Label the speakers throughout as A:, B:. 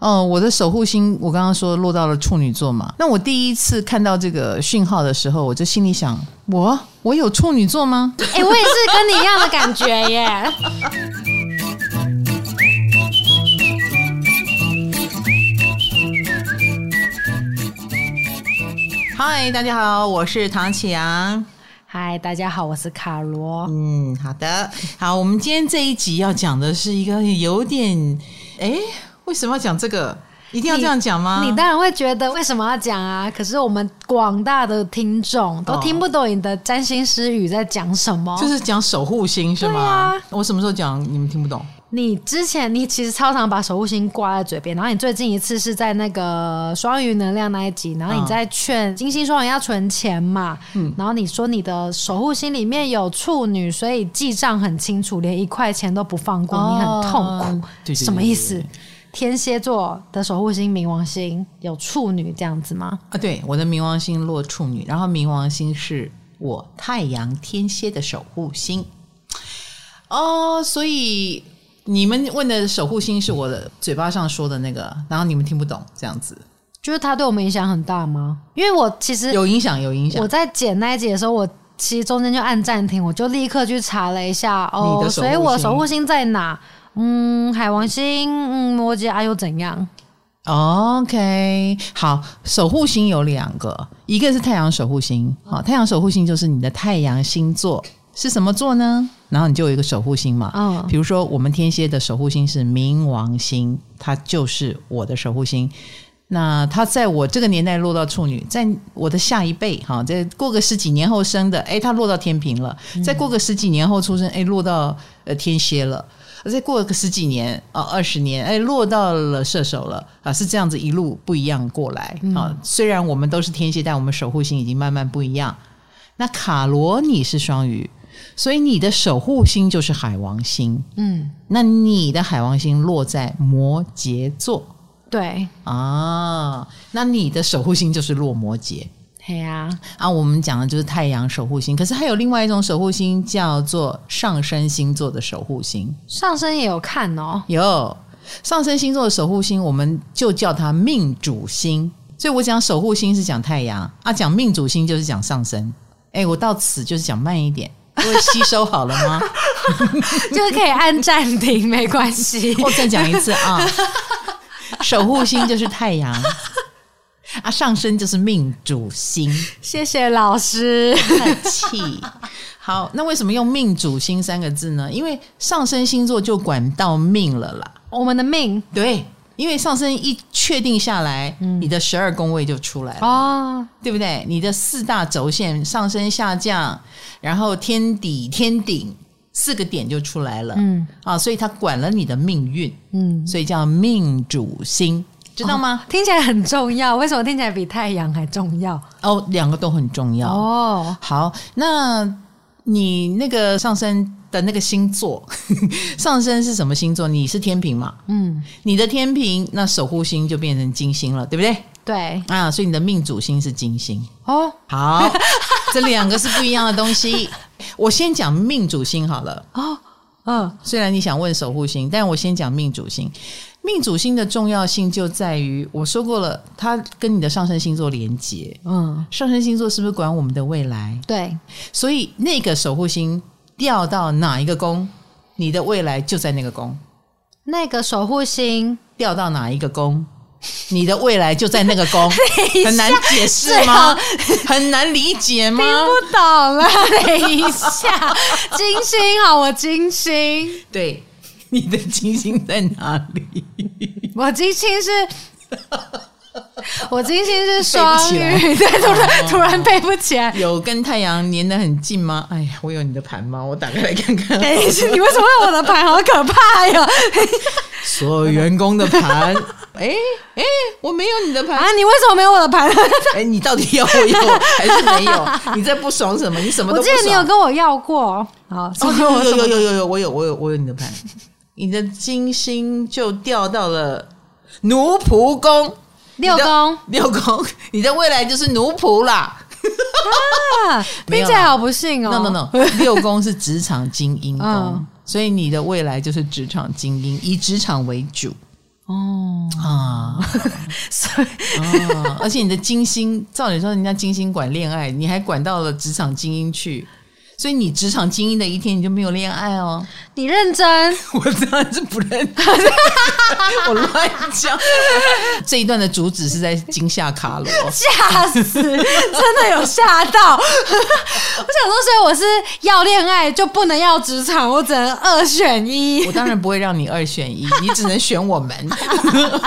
A: 嗯，我的守护星，我刚刚说落到了处女座嘛。那我第一次看到这个讯号的时候，我就心里想，我我有处女座吗？
B: 哎、我也是跟你一样的感觉耶。
C: 嗨，大家好，我是唐启阳。
B: 嗨，大家好，我是卡罗。
C: 嗯，好的，好，我们今天这一集要讲的是一个有点，哎，为什么要讲这个？一定要这样讲吗？
B: 你当然会觉得为什么要讲啊？可是我们广大的听众都
C: 哦
B: 听不懂你的占星师语在讲什么。
C: 就是讲守护星是吗？
B: 对啊
C: 我什么时候讲你们听不懂？
B: 你之前你其实超常把守护星挂在嘴边，然后你最近一次是在那个双鱼能量那一集，然后你
C: 嗯
B: 在劝金星双鱼要存钱嘛，然后你说你的守护星里面有处女，所以记账很清楚，连一块钱都不放
A: 哦
B: 过，你很痛苦，
C: 对对对
B: 什么意
C: 对
B: 思
C: 对？
B: 天蝎座的守护星冥王星有处女这样子吗？
C: 啊，对，我的冥王星落处女，然后冥王星是我太阳天蝎的守护星。哦，所以你们问的守护星是我的嘴巴上说的那个，然后你们听不懂，这样子
B: 就是它对我们影响很大吗？因为我其实
C: 有影响，有影响
B: 我。在剪那一集的时候，我其实中间就按暂停，我就立刻去查了一下
C: 你
B: 哦，
C: 的守护
B: 所
C: 星
B: 以我守护星在哪？嗯，海王星，嗯，摩羯啊，又怎样？
C: OK，好，守护星有两个，一个是太阳守护星，好，太阳守护星就是你的太阳星座是什么座呢？然后你就有一个守护星嘛，
B: 嗯
C: 比如说我们天蝎的守护星是冥王星，它就是我的守护星。那它在我这个年代落到处女，在我的下一辈，哈，再过个十几年后生的，哎，它落到天平了；再过个十几年后出生，哎，落到呃天蝎了；再过个十几年啊，二、十年，哎，落到了射手了啊，是这样子一路不一样过来啊。虽然我们都是天蝎，但我们守护星已经慢慢不一样。那卡罗你是双鱼，所以你的守护星就是海王星。
B: 嗯，
C: 那你的海王星落在摩羯座
B: 对，
C: 啊，那你的守护星就是落摩羯
B: 嘿呀、
C: 啊。我们讲的就是太阳守护星，可是还有另外一种守护星叫做上升星座的守护星。
B: 上升也有看哦，
C: 有上升星座的守护星，我们就叫它命主星。所以我讲守护星是讲太阳啊，讲命主星就是讲上升。哎、我到此就是讲慢一点，各位吸收好了吗？
B: 就是可以按暂停，没 关系。
C: 我再讲一次啊，守护星就是太阳啊，上升就是命主星，
B: 谢谢老师。
C: 客气。好，那为什么用命主星三个字呢？因为上升星座就管到命了啦。
B: 我们的命
C: 对，嗯因为上升一确定下来，你的十二宫位就出来了，
B: 哦，
C: 对不对？你的四大轴线上升下降，然后天底天顶四个点就出来了。
B: 嗯
C: 啊，所以它管了你的命运，
B: 嗯，
C: 所以叫命主星，知道吗？
B: 啊听起来很重要，为什么听起来比太阳还重要？
C: 哦，两个都很重要。
B: 哦，
C: 好，那你那个上升的那个星座， 上升是什么星座？你是天平嘛？
B: 嗯，
C: 你的天平，那守护星就变成金星了，对不对？
B: 对，
C: 啊，所以你的命主星是金星。
B: 哦，
C: 好，这两个是不一样的东西。我先讲命主星好了，
B: 哦，嗯，
C: 虽然你想问守护星，但我先讲命主星。命主星的重要性就在于，我说过了，它跟你的上升星座连接。
B: 嗯，
C: 上升星座是不是管我们的未来？
B: 对，
C: 所以那个守护星掉到哪一个宫，你的未来就在那个宫；
B: 那个守护星
C: 掉到哪一个宫，你的未来就在那个宫。很难解释吗？很难理解吗
B: 听？不懂了， 等一下，金星好，我金星，
C: 对，你的金星在哪里？
B: 我金星 是。我金星是双
C: 背不起来
B: 鱼，对，突然突然背不起来。
C: 有跟太阳粘得很近吗？哎呀，我有你的盘吗？我打开来看看。
B: 等一下，哎你为什么会有我的盘好可怕 啊呀？
C: 所有员工的盘，哎哎，我没有你的盘，
B: 啊，你为什么没有我的盘？
C: 哎，你到底要我有还是没有？你在不爽什么？你什么
B: 我
C: 都不
B: 记
C: 爽。
B: 得你有跟我要过。好，
C: 哦，
B: 所以我
C: 有有有有有，我有我有我有你的盘，你的金星就掉到了奴仆宫，
B: 六宫
C: 六宫，你的未来就是奴仆啦。
B: 啊，
C: 没
B: 听
C: 有
B: 起来好不幸哦。
C: No no no，六 宫是职场精英宫，
B: 嗯
C: 所以你的未来就是职场精英，以职场为主。
B: 哦，
C: 啊，
B: 所以
C: 啊而且你的金星，照理说人家金星管恋爱，你还管到了职场精英去，所以你职场精英的一天你就没有恋爱哦。
B: 你认真，
C: 我当然是不认识， 我乱讲。这一段的主旨是在惊吓卡 罗，
B: 吓死，真的有吓到。我 想说，所以我是要恋爱就不能要职场，我只能二选一
C: 我。当然不会让你二选一，你只能选我们。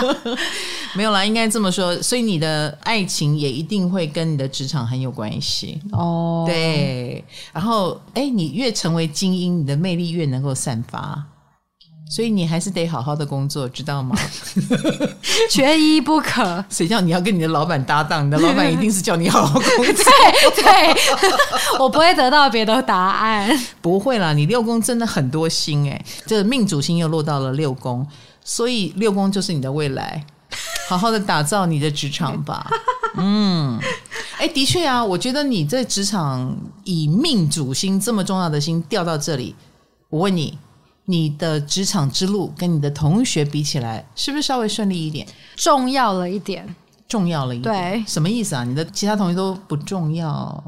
C: 没有啦，应该这么说，所以你的爱情也一定会跟你的职场很有关系。
B: 哦，
C: 对，然后哎，你越成为精英，你的魅力越能够散发，所以你还是得好好的工作，知道吗？
B: 缺一不可。
C: 谁叫你要跟你的老板搭档？你的老板一定是叫你好好工作。
B: 对对，我不会得到别的答案。
C: 不会啦，你六宫真的很多星哎、这命主星又落到了六宫，所以六宫就是你的未来， 好好的打造你的职场吧。 嗯，哎，的确啊，我觉得你在职场以命主星这么重要的星调到这里，我问你，你的职场之路跟你的同学比起来，是不是稍微顺利一点？
B: 重要了一点，
C: 重要了一点，
B: 对
C: 什么意思啊？你的其他同学都不重要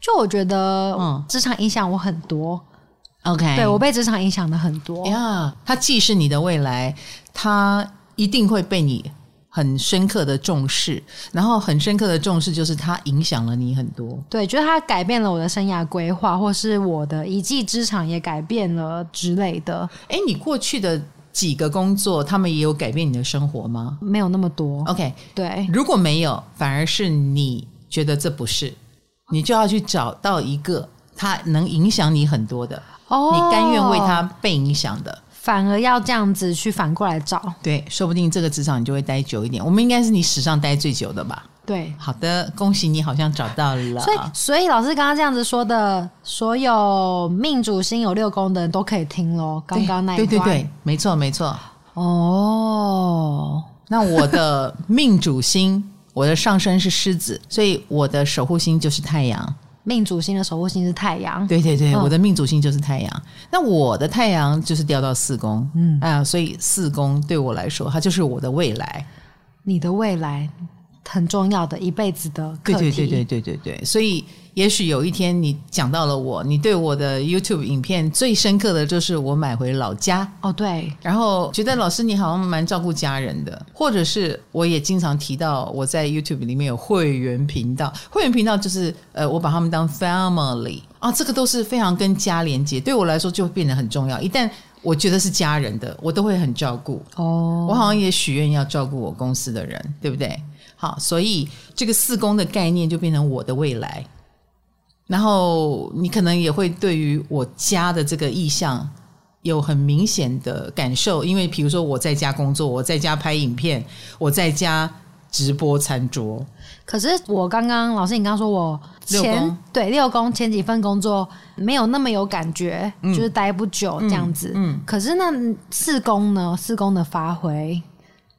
B: 就我觉得
C: 嗯
B: 职场影响我很多，
C: ？OK，
B: 对我被职场影响的很多。
C: 呀，它既是你的未来，它一定会被你很深刻的重视，然后很深刻的重视就是它影响了你很多。
B: 对，觉得它改变了我的生涯规划，或是我的一技之长也改变了之类的，
C: 哎，你过去的几个工作，他们也有改变你的生活吗
B: 没有那么多。
C: ？OK，
B: 对，
C: 如果没有，反而是你觉得这不是，你就要去找到一个它能影响你很多的，
B: 哦
C: 你甘愿为它，被影响的。
B: 反而要这样子去反过来找。
C: 对，说不定这个职场你就会待久一点。我们应该是你史上待最久的吧？
B: 对，
C: 好的，恭喜你，好像找到了。
B: 所以所以老师刚刚这样子说的，所有命主星有六宫的人都可以听喽。刚刚那一
C: 对
B: 段，
C: 对对，没错没错。
B: 哦，
C: 那我的命主星，我的上升是狮 子，所以我的守护星就是太阳。
B: 命主星的守护星是太阳。
C: 对对对，
B: 嗯
C: 我的命主星就是太阳。那我的太阳就是掉到四宫，嗯
B: 嗯
C: 啊，所以四宫对我来说，它就是我的未来。
B: 你的未来很重要的一辈子的课
C: 对对
B: 题。
C: 对对对对对，所以也许有一天你讲到了我，你对我的 YouTube 影片最深刻的就是我买回老家，
B: 哦，对，
C: 然后觉得老师你好像蛮照顾家人的，或者是我也经常提到我在 YouTube 里面有会员频道，会员频道就是呃，我把他们当 family 啊，这个都是非常跟家连接，对我来说就变得很重要。一旦我觉得是家人的，我都会很照顾。
B: 哦，
C: 我好像也许愿要照顾我公司的人，对不对？好，所以这个四宫的概念就变成我的未来。然后你可能也会对于我家的这个意向有很明显的感受，因为比如说我在家工作，我在家拍影片，我在家直播餐桌，
B: 可是我刚刚老师，你刚刚说我
C: 六宫
B: 前对六宫前几份工作没有那么有感觉，就是待不久这样子。
C: 嗯
B: 可是那四宫呢？四宫的发挥，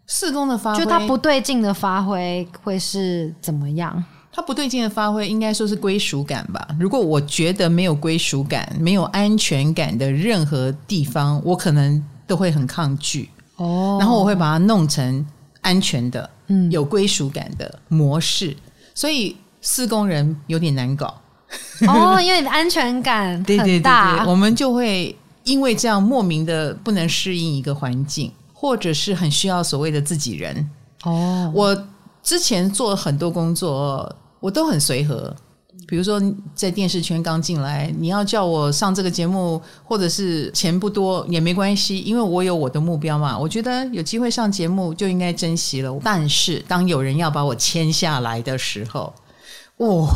C: 四宫的发挥，
B: 就它不对劲的发挥会是怎么样？
C: 他不对劲的发挥，应该说是归属感吧。如果我觉得没有归属感、没有安全感的任何地方，我可能都会很抗拒，
B: 哦
C: 然后我会把它弄成安全的、
B: 嗯
C: 有归属感的模式。所以四工人有点难搞，
B: 哦，因为你的安全 感
C: 对对对
B: 很大
C: 对，我们就会因为这样莫名的不能适应一个环境，或者是很需要所谓的自己人。
B: 哦，
C: 我之前做很多工作，我都很随和。比如说，在电视圈刚进来，你要叫我上这个节目，或者是钱不多也没关系，因为我有我的目标嘛。我觉得有机会上节目就应该珍惜了。但是，当有人要把我签下来的时候，哇、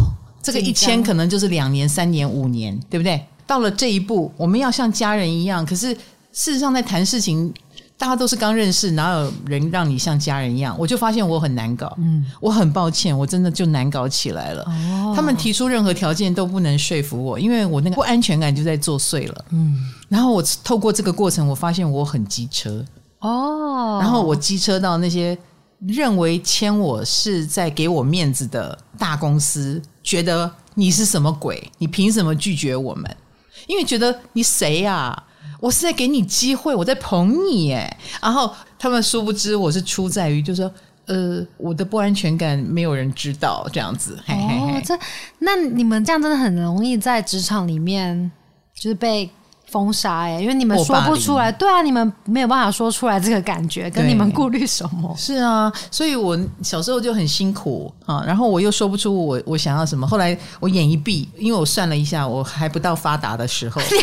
C: 这个一
B: 紧张
C: 签可能就是两年、三年、五年，对不对？到了这一步，我们要像家人一样，可是事实上在谈事情，大家都是刚认识，哪有人让你像家人一样？我就发现我很难搞，嗯，我很抱歉，我真的就难搞起来了。
B: 哦
C: 他们提出任何条件都不能说服我，因为我那个不安全感就在作祟了。嗯，然后我透过这个过程，我发现我很机车，
B: 哦，
C: 然后我机车到那些认为签我是在给我面子的大公司，觉得你是什么鬼？你凭什么拒绝我们？因为觉得你谁呀、我是在给你机会，我在捧你哎。然后他们殊不知我是出在于，就是说，呃，我的不安全感没有人知道这样子。嘿嘿
B: 哦
C: 嘿，
B: 这那你们这样真的很容易在职场里面就是被封杀哎、因为你们
C: 或
B: 说
C: 霸
B: 不
C: 凌
B: 出来，对啊，你们没有办法说出来这个感觉，跟你
C: 对
B: 们顾虑什么？
C: 是啊，所以我小时候就很辛苦啊，然后我又说不出我我想要什么。后来我眼一闭，因为我算了一下，我还不到发达的时候，
B: 你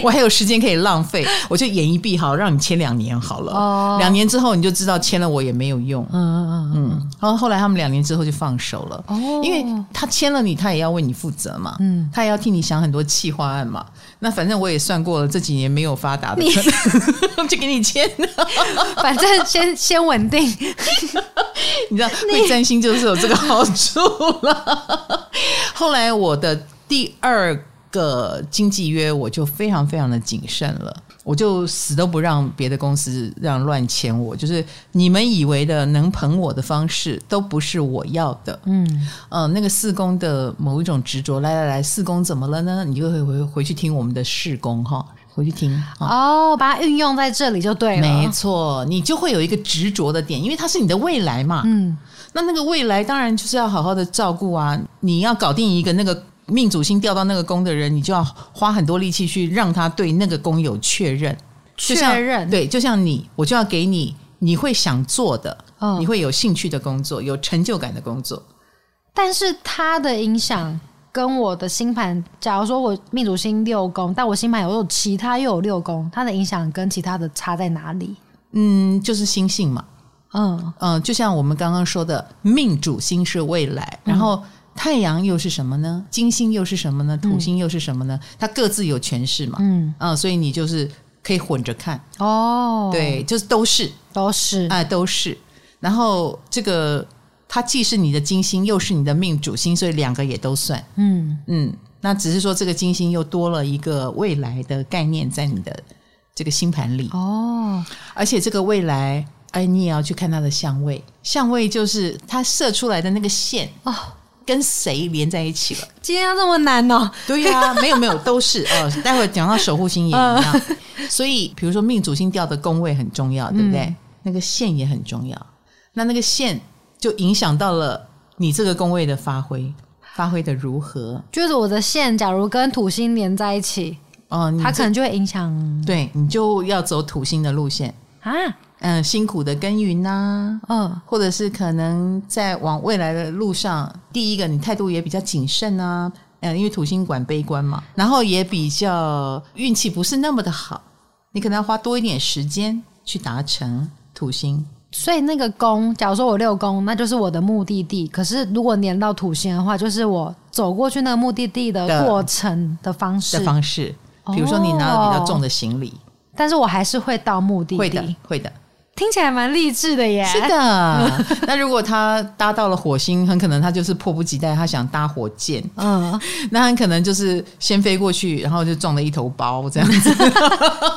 C: 我还有时间可以浪费，我就眼一闭好，让你签两年好了。
B: 哦
C: 两年之后你就知道签了我也没有用。
B: 嗯嗯
C: 嗯，然后后来他们两年之后就放手了。
B: 嗯哦
C: 因为他签了你，他也要为你负责嘛，嗯，他也要替你想很多企划案嘛。那反正我也算过了，这几年没有发达的， 就给你签。
B: 反正先先 稳定，
C: 你知 道，会占星就是有这个好处了。 后来我的第二个经纪约，我就非常非常的谨慎了，我就死都不让别的公司让乱签我，就是你们以为的能捧我的方式，都不是我要的。
B: 嗯，
C: 呃，那个四宫的某一种执着，来来来，四宫怎么了呢？你就会回回去听我们的四宫哈，回去听啊。
B: 哦，把它运用在这里就对了，
C: 没错，你就会有一个执着的点，因为它是你的未来嘛。
B: 嗯，
C: 那那个未来当然就是要好好的照顾啊！你要搞定一个那个命主星掉到那个宫的人，你就要花很多力气去让他对那个宫有确认。就像
B: 确认
C: 对，就像你，我就要给你你会想做的，
B: 嗯
C: 你会有兴趣的工作，有成就感的工作。
B: 但是它的影响跟我的星盘，假如说我命主星六宫，但我星盘有有其他又有六宫，它的影响跟其他的差在哪里？
C: 嗯，就是心性嘛。
B: 嗯，
C: 嗯、就像我们刚刚说的，命主星是未来，
B: 嗯
C: 然后太阳又是什么呢？金星又是什么呢？土星又是什么呢？它各自有诠释嘛。
B: 嗯，
C: 嗯、所以你就是可以混着看，
B: 哦，，
C: 对，就是都是。
B: 都是，
C: 啊、都是。然后这个它既是你的金星，又是你的命主星，所以两个也都算。
B: 嗯，
C: 嗯，那只是说这个金星又多了一个未来的概念在你的这个星盘里，
B: 哦，
C: 而且这个未来，哎，你也要去看它的相位。相位就是它射出来的那个线
B: 哦
C: 跟谁连在一起了？
B: 今天要这么难哦，
C: 对呀、没有没有，都是哦。待会儿讲到守护星也一样，所以比如说命主星掉的宫位很重要，对不对？那个线也很重要，那那个线就影响到了你这个宫位的发挥，发挥的如何？
B: 就是我的线，假如跟土星连在一起，
C: 哦，你
B: 它可能就会影响
C: 对你就要走土星的路线，
B: 啊，
C: 嗯、辛苦的耕耘啊呐、
B: 嗯，
C: 或者是可能在往未来的路上，第一个你态度也比较谨慎啊，嗯，因为土星管悲观嘛，然后也比较运气不是那么的好，你可能要花多一点时间去达成土星。
B: 所以那个宫，假如说我六宫，那就是我的目的地。可是如果连到土星的话，就是我走过去那个目的地的
C: 的
B: 过程的方式。
C: 的方式，比如说你拿了比较重的行李，
B: 但是我还是会到目的
C: 会的
B: 地。，
C: 会的，
B: 嗯听起来蛮励志的耶。
C: 是，的。那如果他搭到了火星，很可能他就是迫不及待，他想搭火箭，
B: 嗯，
C: 那很可能就是先飞过去，然后就撞了一头包这样子。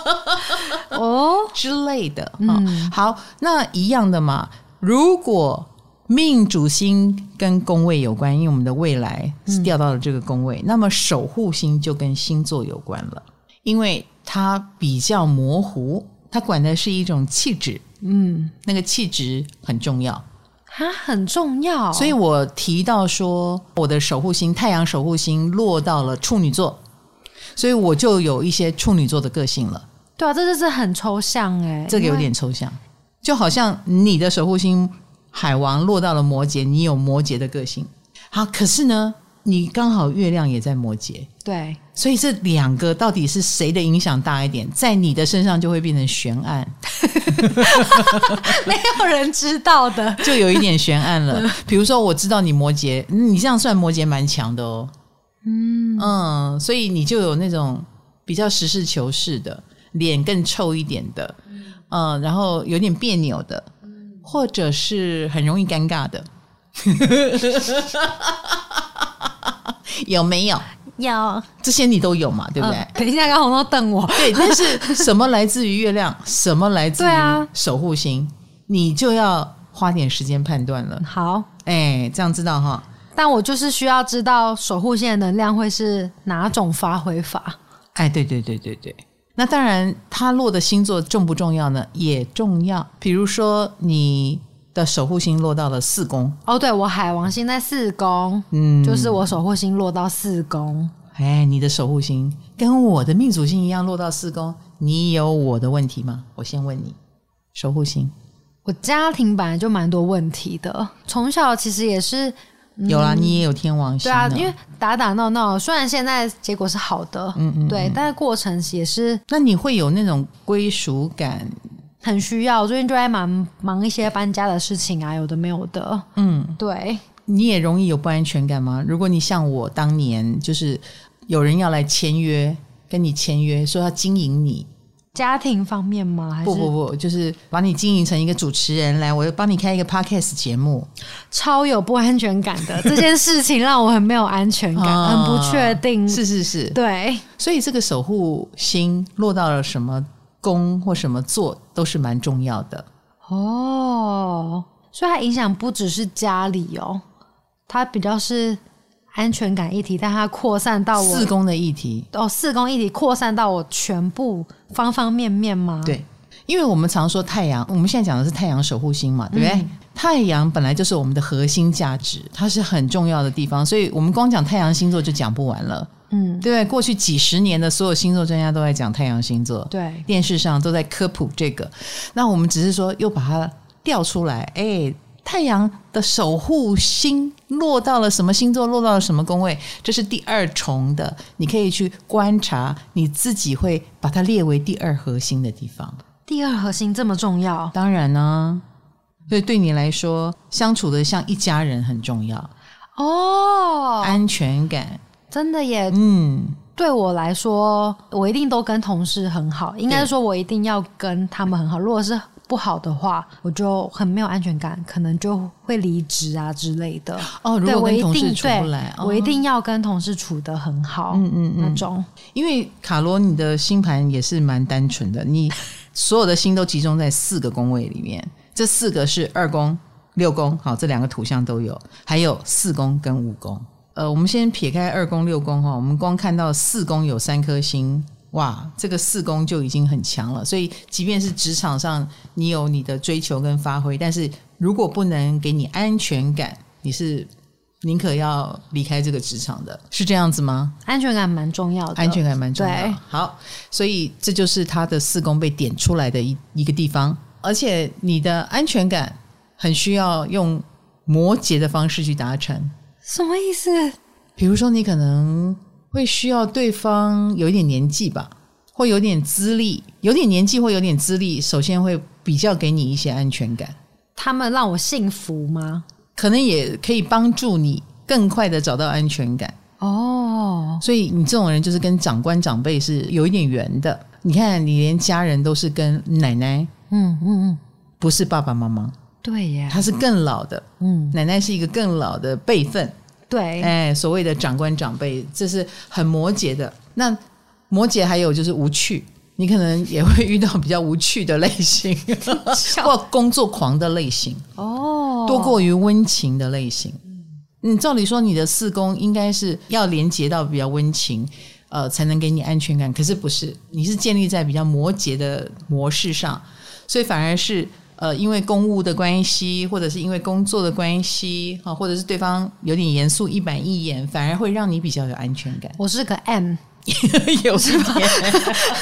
B: 哦，
C: 之类的。嗯、好，那一样的嘛。如果命主星跟宫位有关，因为我们的未来是掉到了这个宫位，那么守护星就跟星座有关了，因为它比较模糊，它管的是一种气质，
B: 嗯，
C: 那个气质很重要。
B: 它很重要。
C: 所以我提到说，我的守护星太阳守护星落到了处女座，所以我就有一些处女座的个性了。
B: 对啊，这就是很抽象哎。
C: 这个有
B: 因为
C: 点抽象，就好像你的守护星海王落到了摩羯，你有摩羯的个性。好，可是呢，你刚好月亮也在摩羯，
B: 对，
C: 所以这两个到底是谁的影响大一点，在你的身上就会变成悬案，
B: 没有人知道的。
C: 就有一点悬案
B: 嗯
C: 了。比如说，我知道你摩羯，你这样算摩羯蛮强的哦。嗯嗯，所以你就有那种比较实事求是的，脸更臭一点的，嗯，然后有点别扭的，
B: 嗯
C: 或者是很容易尴尬 的，有没有？
B: 有，
C: 这些你都有嘛，对不对？
B: 嗯 等一下，刚刚红豆瞪我。
C: 对，但是什么来自于月亮，什么来自
B: 对啊
C: 于守护星，你就要花点时间判断了。
B: 好，
C: 哎，这样知道哈？
B: 但我就是需要知道守护线的能量会是哪种发挥法。
C: 哎，对对对对对，那当然，他落的星座重不重要呢？也重要。比如说，你的守护星落到了四宫，
B: 哦，对，我海王星在四宫，嗯，就是我守护星落到四宫，
C: 哎，你的守护星跟我的命主星一样落到四宫，你有我的问题吗？我先问你，守护星
B: 我家庭本来就蛮多问题的，从小其实也是。嗯
C: 有啦，你也有天王星
B: 对
C: 呢、
B: 啊，因为打打闹闹，虽然现在结果是好的，嗯嗯对，但是过程也是
C: 那你会有那种归属感，
B: 很需要。我最近就在忙忙一些搬家的事情啊，有的没有的，嗯，对，
C: 你也容易有不安全感吗？如果你像我当年，就是有人要来签约，跟你签约说要经营你，
B: 家庭方面吗？还是
C: 不不不，就是把你经营成一个主持人来，我要帮你开一个 podcast 节目，
B: 超有不安全感的这件事情，让我很没有安全 感，
C: 啊
B: 很不确定。
C: 是是是。
B: 对，
C: 所以这个守护星落到了什么宫或什么座都是蛮重要的。
B: 哦，所以它影响不只是家里哦，它比较是安全感议题，但它扩散到啊我
C: 四宫的议题，
B: 哦，四宫一体扩散到我全部方方面面吗？，
C: 对，因为我们常说太阳，我们现在讲的是太阳守护星嘛，对不对？太阳本来就是我们的核心价值，它是很重要的地方，所以我们光讲太阳星座就讲不完了，
B: 嗯，
C: 对不对？过去几十年的所有星座专家都在讲太阳星座，
B: 对，
C: 电视上都在科普这个，那我们只是说又把它调出来，哎。太阳的守护星落到了什么星座，落到了什么宫位，这是第二重的，你可以去观察，你自己会把它列为第二核心的地方。
B: 第二核心这么重要，
C: 当然呢、所以对你来说，相处的像一家人很重要，
B: 哦，
C: 安全感。
B: 真的耶！
C: 嗯，
B: 对我来说，我一定都跟同事很好，应该说我一定要跟他们很好。如果是不好的话，我就很没有安全感，可能就会离职啊之类的。
C: 哦， 如
B: 对
C: 果
B: 我
C: 跟
B: 一
C: 同事
B: 定
C: 处
B: 对
C: 不来，哦
B: 我一定要跟同事处得很好，
C: 嗯嗯
B: 那
C: 嗯，
B: 种
C: 因为卡罗你的星盘也是蛮单纯的，你所有的星都集中在四个宫位里面，这四个是二宫、六宫，好，这两个图像都有，还有四宫跟五宫。呃，我们先撇开二宫、六宫哈，我们光看到四宫有三颗星，哇，这个四宫就已经很强了。所以，即便是职场上你有你的追求跟发挥，但是如果不能给你安全感，你是宁可要离开这个职场的，是这样子吗？
B: 安全感蛮重要的。
C: 安全感蛮重要
B: 对。
C: 好，所以这就是他的四宫被点出来的一一个地方，而且你的安全感很需要用摩羯的方式去达成。
B: 什么意思？
C: 比如说，你可能会需要对方有一点年纪吧，或有点资历，有点年纪或有点资历，首先会比较给你一些安全感，
B: 他们让我幸福吗？
C: 可能也可以帮助你更快的找到安全感。
B: 哦，
C: 所以你这种人就是跟长官长辈是有一点缘的。你看，你连家人都是跟奶奶，
B: 嗯嗯嗯，
C: 不是爸爸妈妈，
B: 对耶，
C: 他是更老的，
B: 嗯，
C: 奶奶是一个更老的辈分，
B: 对，
C: 哎，所谓的长官长辈，这是很摩羯的。那摩羯还有就是无趣，你可能也会遇到比较无趣的类 型，或工作狂的类型，
B: 哦，。
C: 多过于温情的类型。嗯，照理说你的四宫应该是要连接到比较温情，呃，才能给你安全感。可是不是，你是建立在比较摩羯的模式上，所以反而是呃，因为公务的关系，或者是因为工作的关系，啊，或者是对方有点严肃一板一眼，反而会让你比较有安全感
B: 我是个 M，
C: 有是吧？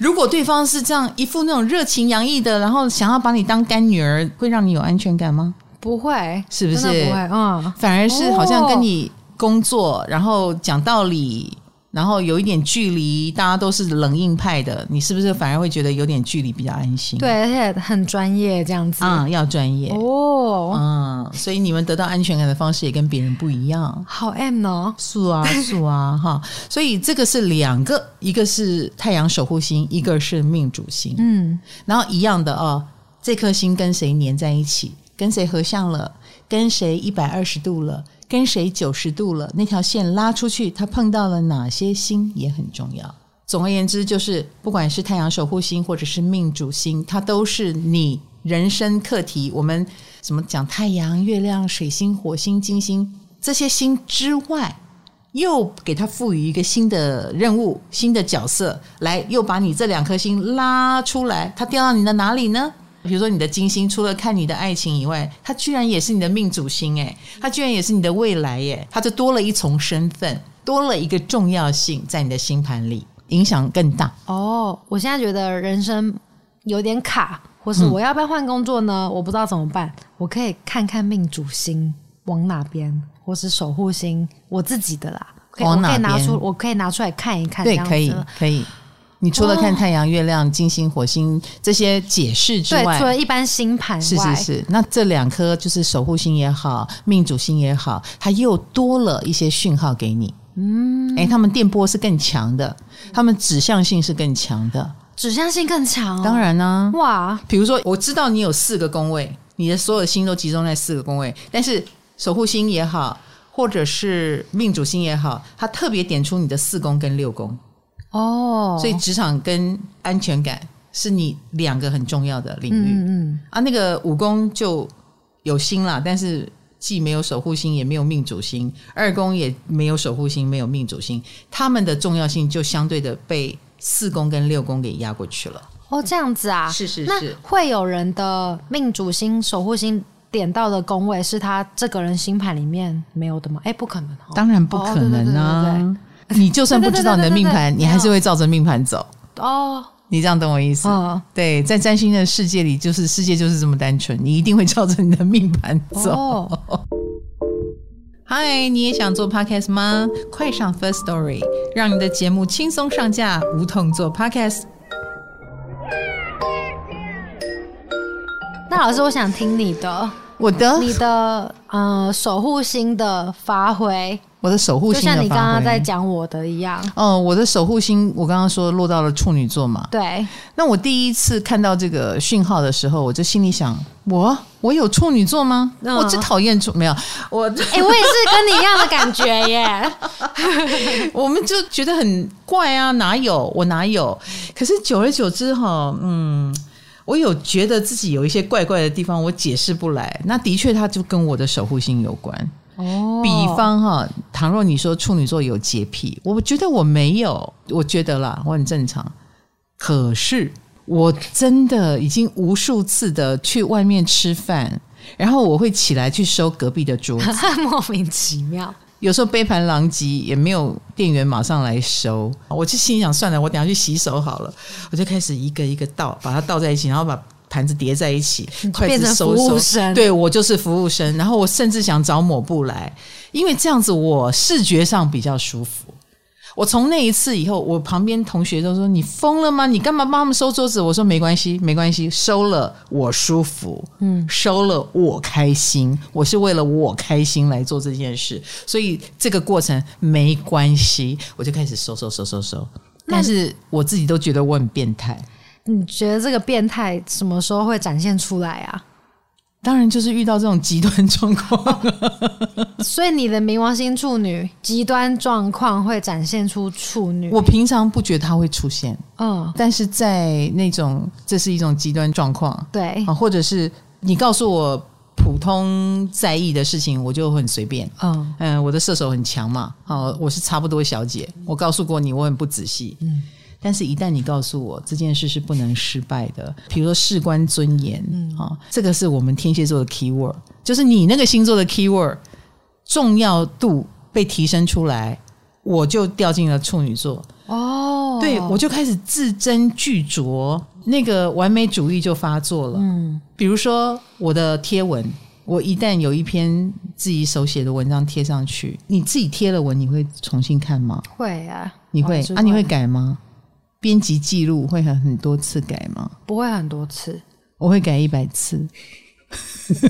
C: 如果对方是这样一副那种热情洋溢的，然后想要把你当干女儿，会让你有安全感吗？
B: 不会，
C: 是不是
B: 真的不会，嗯，
C: 反而是好像跟
B: 哦
C: 你工作，然后讲道理，然后有一点距离，大家都是冷硬派的，你是不是反而会觉得有点距离比较安心？，
B: 对，而且很专业这样子。
C: 啊、要专业，
B: 哦，
C: 嗯，所以你们得到安全感的方式也跟别人不一样。
B: 好 M 哦，
C: 是 啊，是啊，哈，所以这个是两个，一个是太阳守护星，一个是命主星，
B: 嗯，
C: 然后一样的哦，这颗星跟谁粘在一起，跟谁合相了，跟谁一百二十度了，跟谁九十度了，那条线拉出去，它碰到了哪些星也很重要。总而言之，就是不管是太阳守护星或者是命主星，它都是你人生课题。我们怎么讲？太阳、月亮、水星、火星、金星这些星之外，又给它赋予一个新的任务、新的角色，来又把你这两颗星拉出来，它掉到你的哪里呢？比如说你的金星，除了看你的爱情以外，它居然也是你的命主星，哎，它居然也是你的未来，耶，它就多了一重身份，多了一个重要性在你的星盘里，影响更大。
B: 哦，我现在觉得人生有点卡，或
C: 嗯
B: 是我要不要换工作呢？我不知道怎么办，我可以看看命主星往哪边，或是守护星我自己的啦。可以
C: 往哪
B: 我可以拿
C: 边
B: 出，我可以拿出来看一看，
C: 对，
B: 这样
C: 可以
B: 子，
C: 可以。你除了
B: 哇
C: 看太阳、月亮、金星、火星这些解释之
B: 对，
C: 外
B: 除，了一般星盘
C: 是
B: 外
C: 是是，那这两颗就是守护星也好，命主星也好，它又多了一些讯号给你。嗯，哎、他们电波是更强的，他们指向性是更强的。
B: 指向性更强、
C: 当，然呢、
B: 哇，
C: 比如说我知道你有四个宫位，你的所有星都集中在四个宫位，但是守护星也好，或者是命主星也好，它特别点出你的四宫跟六宫，
B: 哦，
C: 所以职场跟安全感是你两个很重要的领域。
B: 嗯嗯
C: 啊，那个武功就有星啦，但是既没有守护星，也没有命主星；二宫也没有守护星，没有命主星，他们的重要性就相对的被四宫跟六宫给压过去了。
B: 嗯，哦，这样子啊，
C: 是是
B: 那
C: 是
B: 会有人的命主星、守护星点到的宫位是他这个人星盘里面没有的吗？哎、不可能、哦，
C: 当然不
B: 哦
C: 可能啊！ 你就算不知道你的命盘，
B: 对对对对对
C: 你
B: 对
C: 还是会照着命盘走。
B: 哦，
C: 你这样懂我意思？
B: 嗯，
C: 对，在占星的世界里，就是世界就是这么单纯，你一定会照着你的命盘走。
B: 哦，
C: 嗨，你也想做 podcast 吗？快上 First Story，让你的节目轻松上架，无痛做 podcast。
B: 那老师，我想听你 的，
C: 我的
B: 你的呃守护星的发挥，
C: 我的守护
B: 就
C: 星的
B: 像你
C: 发
B: 刚刚
C: 挥
B: 在讲我的一样，
C: 哦，我的守护星，我刚刚说落到了处女座嘛。
B: 对，
C: 那我第一次看到这个讯号的时候，我就心里想：我我有处女座吗？
B: 嗯
C: 我最讨厌处没有我，
B: 哎、我也是跟你一样的感觉耶，
C: 我们就觉得很怪啊，哪有我哪有？可是久而久之哈，嗯，我有觉得自己有一些怪怪的地方，我解释不来。那的确，它就跟我的守护星有关。
B: 哦
C: 比方哈，倘若你说处女座有洁癖，我觉得我没有，我觉得啦，我很正常。可是我真的已经无数次的去外面吃饭，然后我会起来去收隔壁的桌子，
B: 莫名其妙。
C: 有时候杯盘狼藉，也没有店员马上来收。我就心想，算了，我等一下去洗手好了。我就开始一个一个倒，把它倒在一起，然后把。盘子叠在一起，筷
B: 变
C: 子
B: 成
C: 收
B: 服务
C: 收
B: 生
C: 对我就是服务生。然后我甚至想找抹布来，因为这样子我视觉上比较舒服。我从那一次以后，我旁边同学都说：“你疯了吗？你干嘛帮他们收桌子？”我说：“没关系，没关系，收了我舒服，嗯，收了我开心，我是为了我开心来做这件事，所以这个过程没关系。”我就开始收收收收收，但是我自己都觉得我很变态。
B: 你觉得这个变态什么时候会展现出来啊？
C: 当然，就是遇到这种极端状况，
B: 所以你的冥王星处女极端状况会展现出处 女，
C: 我平常不觉得它会出现，
B: 嗯，
C: 但是在那种这是一种极端状况，
B: 对，
C: 啊，或者是你告诉我普通在意的事情，我就很随便。
B: 嗯，
C: 嗯，我的射手很强嘛，哦，我是差不多小姐。我告诉过你，我很不仔细。嗯，但是一旦你告诉我这件事是不能失败的，比如说事关尊严，嗯，啊、这个是我们天蝎座的 key word，就是你那个星座的 key word 重要度被提升出来，我就掉进了处女座。
B: 哦，
C: 对，我就开始字斟句酌，那个完美主义就发作了。
B: 嗯，
C: 比如说我的贴文，我一旦有一篇自己手写的文章贴上去，你自己贴了文，你会重新看吗？
B: 会啊，
C: 你会
B: 我是
C: 啊？你会改吗？编辑记录会很很多次改吗？
B: 不会很多次？
C: 我会改一百次。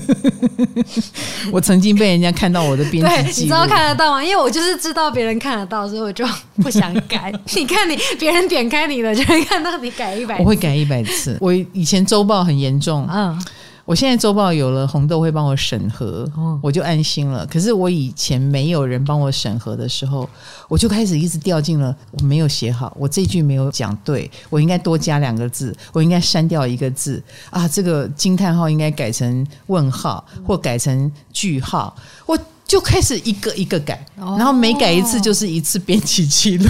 C: 我曾经被人家看到我的编
B: 对，
C: 辑
B: 你
C: 记
B: 知
C: 录，
B: 道看得到吗？因为我就是知道别人看得到，所以我就不想 改。你看你别人点开你的，就会看到你改一百
C: 我，会改一百次。我以前周报很严重，
B: 嗯，
C: 我现在周报有了红豆会帮我审核，
B: 哦
C: 我就安心了。可是我以前没有人帮我审核的时候，我就开始一直掉进了我没有写好，我这句没有讲对，我应该多加两个字，我应该删掉一个字啊，这个惊叹号应该改成问号或改成句号，我就开始一个一个改，
B: 哦
C: 然后每改一次就是一次编辑记录，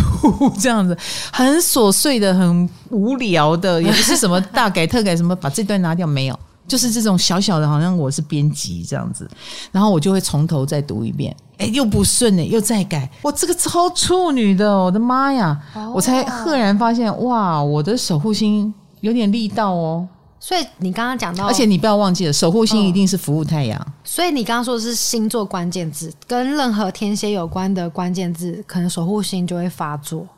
C: 这样子很琐碎的、很无聊的，也不是什么大改特改，什么把这段拿掉没有，就是这种小小的，好像我是编辑这样子，然后我就会从头再读一遍。哎，又不顺呢，又再改。我这个超处女的，我的妈呀！
B: 哦
C: 我才赫然发现，哇，我的守护星有点力道哦。
B: 所以你刚刚讲到，
C: 而且你不要忘记了，守护星一定是服务太阳。
B: 所以你刚刚说的是星座关键字，跟任何天蝎有关的关键字，可能守护星就会发作。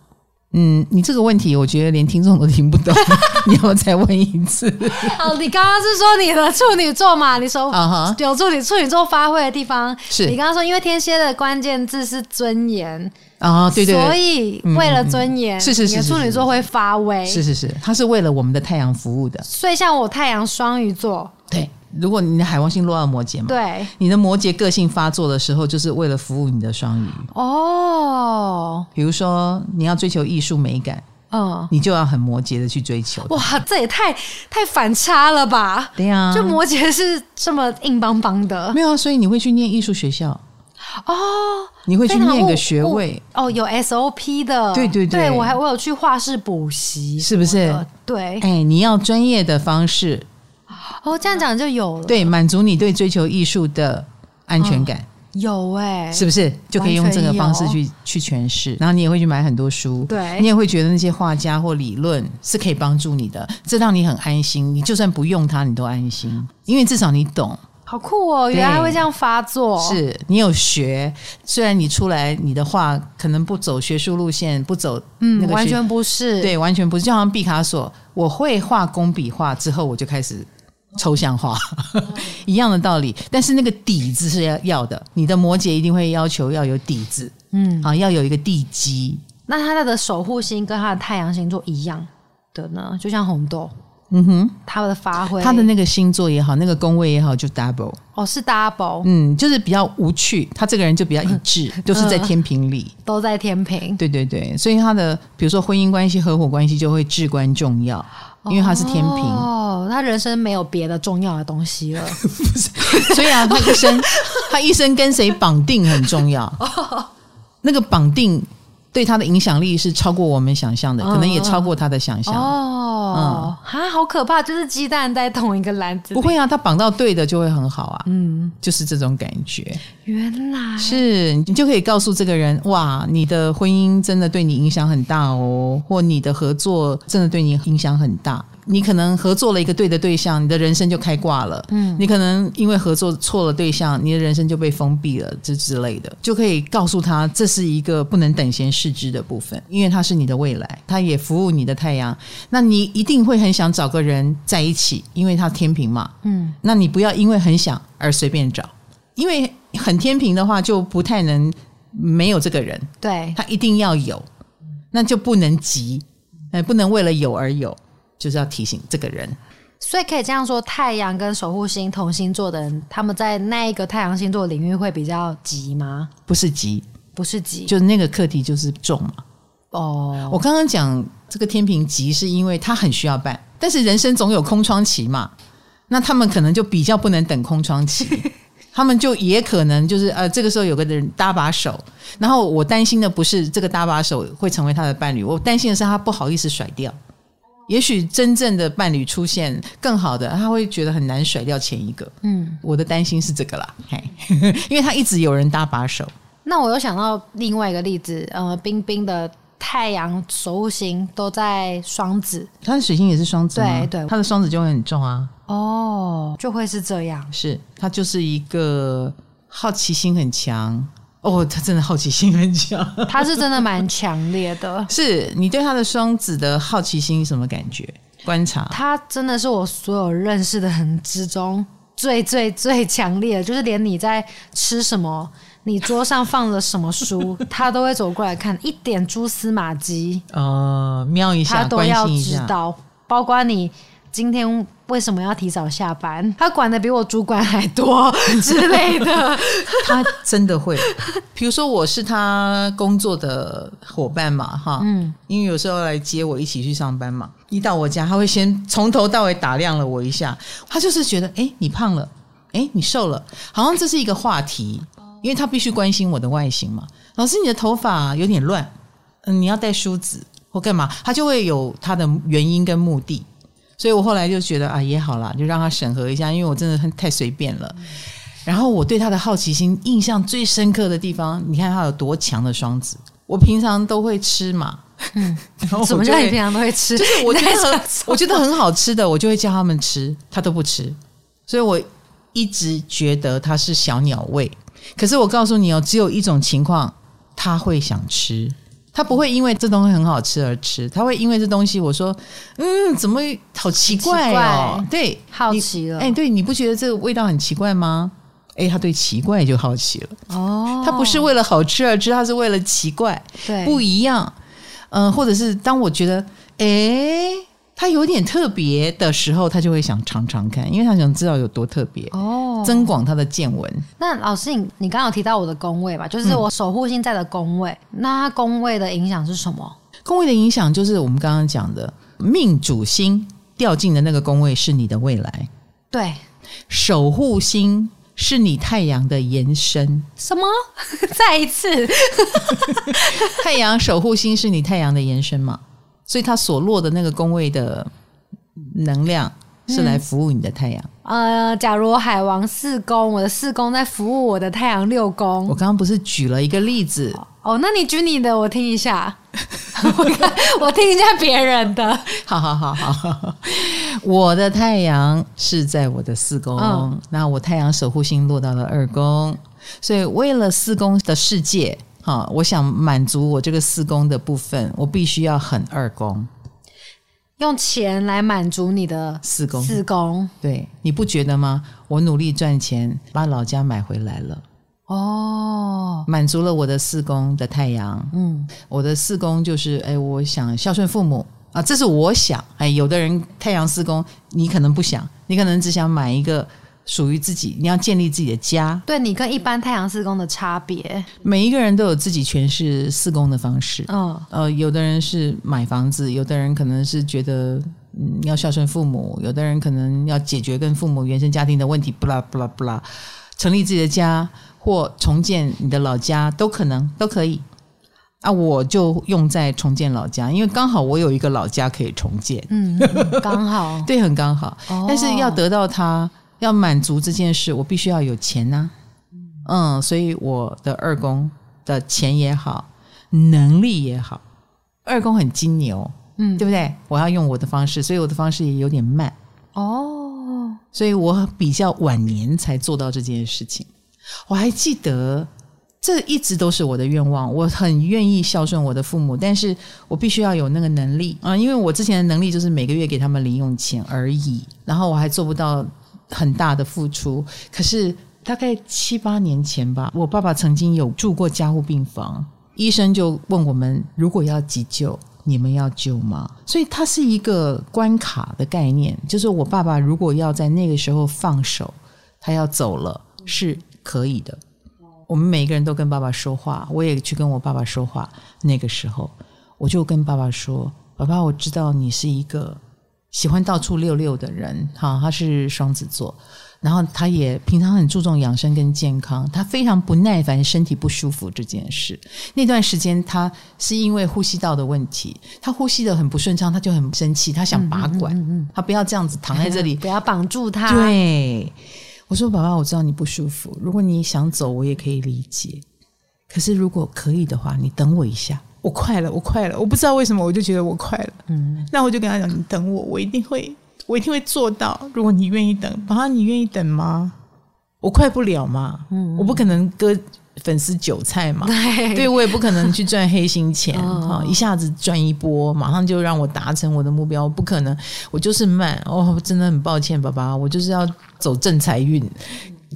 C: 嗯，你这个问题，我觉得连听众都听不懂， 你要不要再问一次
B: 哦，你刚刚是说你的处女座嘛？你守
C: 啊哈。
B: 有助你处女座发挥的地方。
C: 是
B: 你刚刚说，因为天蝎的关键字是尊严，
C: 啊，对对
B: 所
C: 对，
B: 以为了尊严，
C: 是是是
B: 你的
C: 是
B: 处
C: 是
B: 女座会发威。
C: 是是是，它是为了我们的太阳服务的。
B: 所以像我太阳双鱼座，
C: 对，如果你的海王星落到摩羯嘛，
B: 对
C: 你的摩羯个性发作的时候，就是为了服务你的双鱼。
B: 哦，
C: 比如说，你要追求艺术美感，
B: 嗯，
C: 你就要很摩羯的去追求。
B: 哇，这也太太反差了吧？
C: 对呀、
B: 就摩羯是这么硬邦邦的
C: 没有啊，所以你会去念艺术学校，
B: 哦
C: 你会去念
B: 非
C: 个
B: 常
C: 学位，
B: 哦，有 SOP 的，
C: 对对对
B: 对我还我有去画室补习什
C: 是不是
B: 么？的，对，
C: 哎，你要专业的方式，
B: 哦，这样讲就有了，
C: 对，满足你对追求艺术的安全感。
B: 有哎，
C: 是不是就可以用这个方式去去诠释？然后你也会去买很多书，
B: 对
C: 你也会觉得那些画家或理论是可以帮助你的，这让你很安心。你就算不用它，你都安心，因为至少你懂，
B: 好酷哦，
C: 对
B: 原来会这样发作，
C: 是你有学。虽然你出来你的画可能不走学术路线，不走那
B: 嗯，
C: 个
B: 完
C: 学
B: 全不是，
C: 对，完全不是。就好像毕卡索，我会画工笔画之后，我就开始抽象画，
B: 哦
C: 一样的道理。但是那个底子是要要的，你的摩羯一定会要求要有底子。
B: 嗯，
C: 啊，要有一个地基。
B: 那他的守护星跟他的太阳星座一样的呢，就像红豆，
C: 嗯哼，
B: 他的发挥，
C: 他的那个星座也好，那个宫位也好，就 double，
B: 哦是 double，、
C: 嗯，就是比较无趣。他这个人就比较一 致，就是
B: 嗯
C: 在天平里。
B: 都在天平，
C: 对对对，所以他的比如说婚姻关系、合伙关系就会至关重要，因为他是天平，
B: 哦，他人生没有别的重要的东 西了，
C: 所以啊，他一生他一生跟谁绑定很重要。那个绑定对他的影响力是超过我们想象的，可能也超过他的想象。
B: 哦，啊，好可怕，就是鸡蛋在同一个篮子
C: 嗯
B: 里
C: 不，会啊，他绑到对的就会很好啊，
B: 嗯，
C: 就是这种感觉。
B: 原来
C: 是你就可以告诉这个人，哇，你的婚姻真的对你影响很大哦，或你的合作真的对你影响很大。你可能合作了一个对的对象，你的人生就开挂了。嗯，你可能因为合作错了对象，你的人生就被封闭了，这之类的，就可以告诉他，这是一个不能等闲视之的部分，因为它是你的未来，它也服务你的太阳。那你一定会很想找个人在一起，因为他天平嘛，
B: 嗯，
C: 那你不要因为很想而随便找，因为很天平的话就不太能没有这个人，
B: 对，
C: 他一定要有，那就不能急，哎，不能为了有而有，就是要提醒这个人。
B: 所以可以这样说，太阳跟守护星同星座的人，他们在那一个太阳星座领域会比较急吗？
C: 不是急，
B: 不是急，
C: 就是那个课题就是重嘛。
B: 哦，
C: 我刚刚讲这个天平急，是因为他很需要办，但是人生总有空窗期嘛。那他们可能就比较不能等空窗 期，他们就也可能就是呃，这个时候有个人搭把手，然后我担心的不是这个搭把手会成为他的伴侣，我担心的是他不好意思甩掉。也许真正的伴侣出现更好的，他会觉得很难甩掉前一个。
B: 嗯，
C: 我的担心是这个啦，嘿， 因为他一直有人搭把手，
B: 那我又想到另外一个例子，呃，冰冰的太阳守护星都在双子，
C: 他的水星也是双子吗，
B: 对对
C: 他的双子就会很重啊。
B: 哦，就会是这样，
C: 是他就是一个好奇心很强哦，他真的好奇心很 强。。
B: 他是真的蛮强烈的
C: 是你对他的双子的好奇心什么感觉？观察
B: 他真的是我所有认识的人之中最最最强烈的，就是连你在吃什么，你桌上放了什么书，他都会走过来看，一点蛛丝马迹
C: 呃，瞄一
B: 他
C: 下，
B: 都
C: 关
B: 要
C: 心一
B: 知
C: 下。
B: 道，包括你。今天为什么要提早下班？他管的比我主管还 多之类的。
C: 他真的会， 比如说我是他工作的伙伴嘛，哈，嗯，因为有时候来接我一起去上班嘛，一到我家他会先从头到尾打量了我一下，他就是觉得，哎、你胖了，哎、你瘦了，好像这是一个话题，因为他必须关心我的外形嘛。老师，你的头发有点乱，嗯，你要戴梳子或干嘛，他就会有他的原因跟目的。所以我后来就觉得啊，也好啦，就让他审核一下，因为我真的很太随便了。然后我对他的好奇心印象最深刻的地方，你看他有多强的双子。我平常都会吃嘛，然后我
B: 什嗯么
C: 就
B: 叫
C: 会
B: 你平常都会吃？
C: 就是我觉
B: 你在
C: 得
B: 说
C: 很我觉得很好吃的，我就会叫他们吃，他都不吃，所以我一直觉得他是小鸟胃。可是我告诉你哦，只有一种情况他会想吃，他不会因为这东西很好吃而吃，他会因为这东西我说嗯怎么好奇怪哦，
B: 很奇怪
C: 对，
B: 好
C: 你
B: 奇哦了，
C: 哎、对，你不觉得这个味道很奇怪吗？哎，他对奇怪就好奇了，
B: 哦，
C: 哎他不是为了好吃而吃，他是为了奇怪。
B: 对
C: 不一样。嗯、或者是当我觉得诶，它有点特别的时候，他就会想尝尝看，因为他想知道有多特别，
B: 哦，
C: 增广他的见闻。
B: 那老师，你你刚刚有提到我的宫位吧，
C: 嗯
B: 就是我守护星在的宫位，那它宫位的影响是什么？
C: 宫位的影响就是我们刚刚讲的命主星掉进的那个宫位是你的未来，
B: 对，
C: 守护星是你太阳的延 伸，
B: 什么？再一次，
C: 太阳守护星是你太阳的延伸嘛，所以它所落的那个宫位的能量是
B: 嗯
C: 来服务你的太阳。
B: 呃，假如我海王四宫，我的四宫在服务我的太阳六
C: 我
B: 宫。
C: 刚刚不是举了一个例子，
B: 哦，那你举你的，我听一下， 我看我听一下别人的。
C: 好好好好，我的太阳是在我的四宫，
B: 嗯
C: 那我太阳守护星落到了二宫，所以为了四宫的世界，哈，我想满足我这个四宫的部分，我必须要很二宫
B: 用钱来满足你的
C: 四宫，
B: 四宫
C: 对，你不觉得吗？我努力赚钱，把老家买回来了，
B: 哦，
C: 满足了我的四宫的太阳，
B: 嗯，
C: 我的四宫就是，哎，我想孝顺父母啊，这是我想。哎，有的人太阳四宫，你可能不想，你可能只想买一个属于自己，你要建立自己的家。
B: 对你跟一般太阳四宫的差别，
C: 每一个人都有自己诠释四宫的方式。
B: 嗯，
C: 呃，有的人是买房子，有的人可能是觉得嗯要孝顺父母，有的人可能要解决跟父母原生家庭的问题，不啦不啦不啦，成立自己的家或重建你的老家都可能都可以。啊，我就用在重建老家，因为刚好我有一个老家可以重建，
B: 嗯，嗯 刚好。
C: 对，很刚好。
B: 哦
C: 但是要得到它，要满足这件事，我必须要有钱呐、嗯，所以我的二宫的钱也好，能力也好，二宫很金牛，
B: 嗯
C: 对不对？我要用我的方式，所以我的方式也有点慢，
B: 哦，
C: 所以我比较晚年才做到这件事情。我还记得，这一直都是我的愿望，我很愿意孝顺我的父母，但是我必须要有那个能力啊、嗯因为我之前的能力就是每个月给他们零用钱而已，然后我还做不到很大的付出。可是大概七八年前吧，我爸爸曾经有住过加护病房，医生就问我们，如果要急救。你们要救吗？所以它是一个关卡的概念，就是我爸爸如果要在那个时候放手，他要走了是可以的。我们每一个人都跟爸爸说话，我也去跟我爸爸说话。那个时候，我就跟爸爸说：“爸爸，我知道你是一个喜欢到处溜溜的人，哈，他是双子座，然后他也平常很注重养生跟健康，他非常不耐烦身体不舒服这件事。那段时间，他是因为呼吸道的问题，他呼吸的很不顺畅，他就很生气，他想拔管，他不要这样子躺在这里
B: 不要绑住他。，
C: 对，我说爸爸，我知道你不舒服，如果你想走，我也可以理解。可是如果可以的话，你等我一下。
D: 我快了，我快了，我不知道为什么，我就觉得我快了。嗯，那我就跟他讲，你等我，我一定会，我一定会做到。如果你愿意等，爸爸，你愿意等吗？我快不了嘛，我不可能割粉丝韭菜嘛，
B: 对
C: 对我也不可能去赚黑心钱
B: 哦
C: 哈、一下子赚一波，马上就让我达成我的目标，不可能。我就是慢哦，真的很抱歉，爸爸，我就是要走正财运，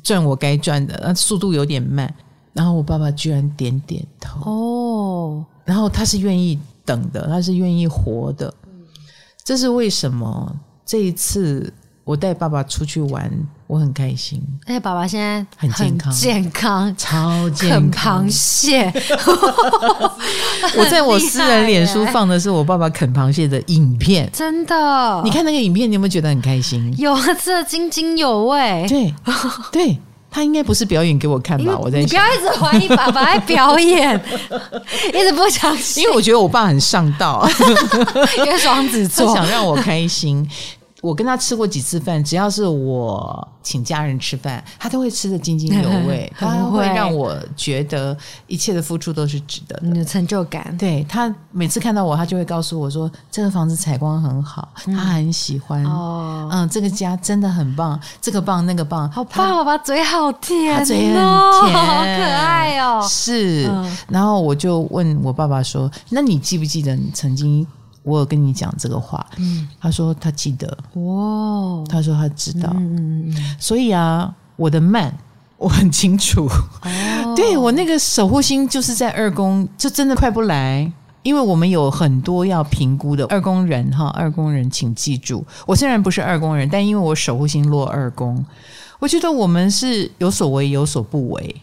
C: 赚我该赚的，那速度有点慢。然后我爸爸居然点点头，
B: 哦，
C: 然后他是愿意等的，他是愿意活的。这是为什么？这一次我带爸爸出去玩，我很开心，
B: 而哎且爸爸现在
C: 很健康
B: 健康，
C: 超
B: 很
C: 健康
B: 螃。蟹。
C: 我在我私人脸
B: 很
C: 书
B: 厉害耶
C: 放的是我爸爸啃螃蟹的影片，
B: 真的，
C: 你看那个影片，你有没有觉得很开心？
B: 有啊，吃的津津有味。
C: 对，对。他应该不是表演给我看
B: 因为
C: 吧？我在
B: 你不
C: 想，
B: 要一直怀疑爸爸在表演，一直不相 信，
C: 因为我觉得我爸很上道，
B: 因为双子
C: 他
B: 座，
C: 想让我开心。我跟他吃过几次饭，只要是我请家人吃饭，他都会吃的津津有
B: ，
C: 味
B: 很会
C: 他会让我觉得一切的付出都是值得的。
B: 你的成就感，
C: 对他每次看到我，他就会告诉我说：“这个房子采光很好，他很喜欢。
B: 嗯哦，
C: 嗯，这个家真的很棒，这个棒那个棒，
B: 好棒！爸爸嘴好甜、哦，
C: 他嘴很甜
B: 好可爱哦。
C: 是，
B: 嗯
C: 然后我就问我爸爸说：“那你记不记得你曾经我有跟你讲这个话？”他说他记得，
B: 嗯哇，哦
C: 他说他知道。
B: 嗯嗯
C: 所以啊，我的慢我很清楚，
B: 嗯，哦，
C: 对我那个守护星就是在二宫，就真的快不来。因为我们有很多要评估的二宫人哈，二宫人请记住，我虽然不是二宫人，但因为我守护星落二宫，我觉得我们是有所为有所不为。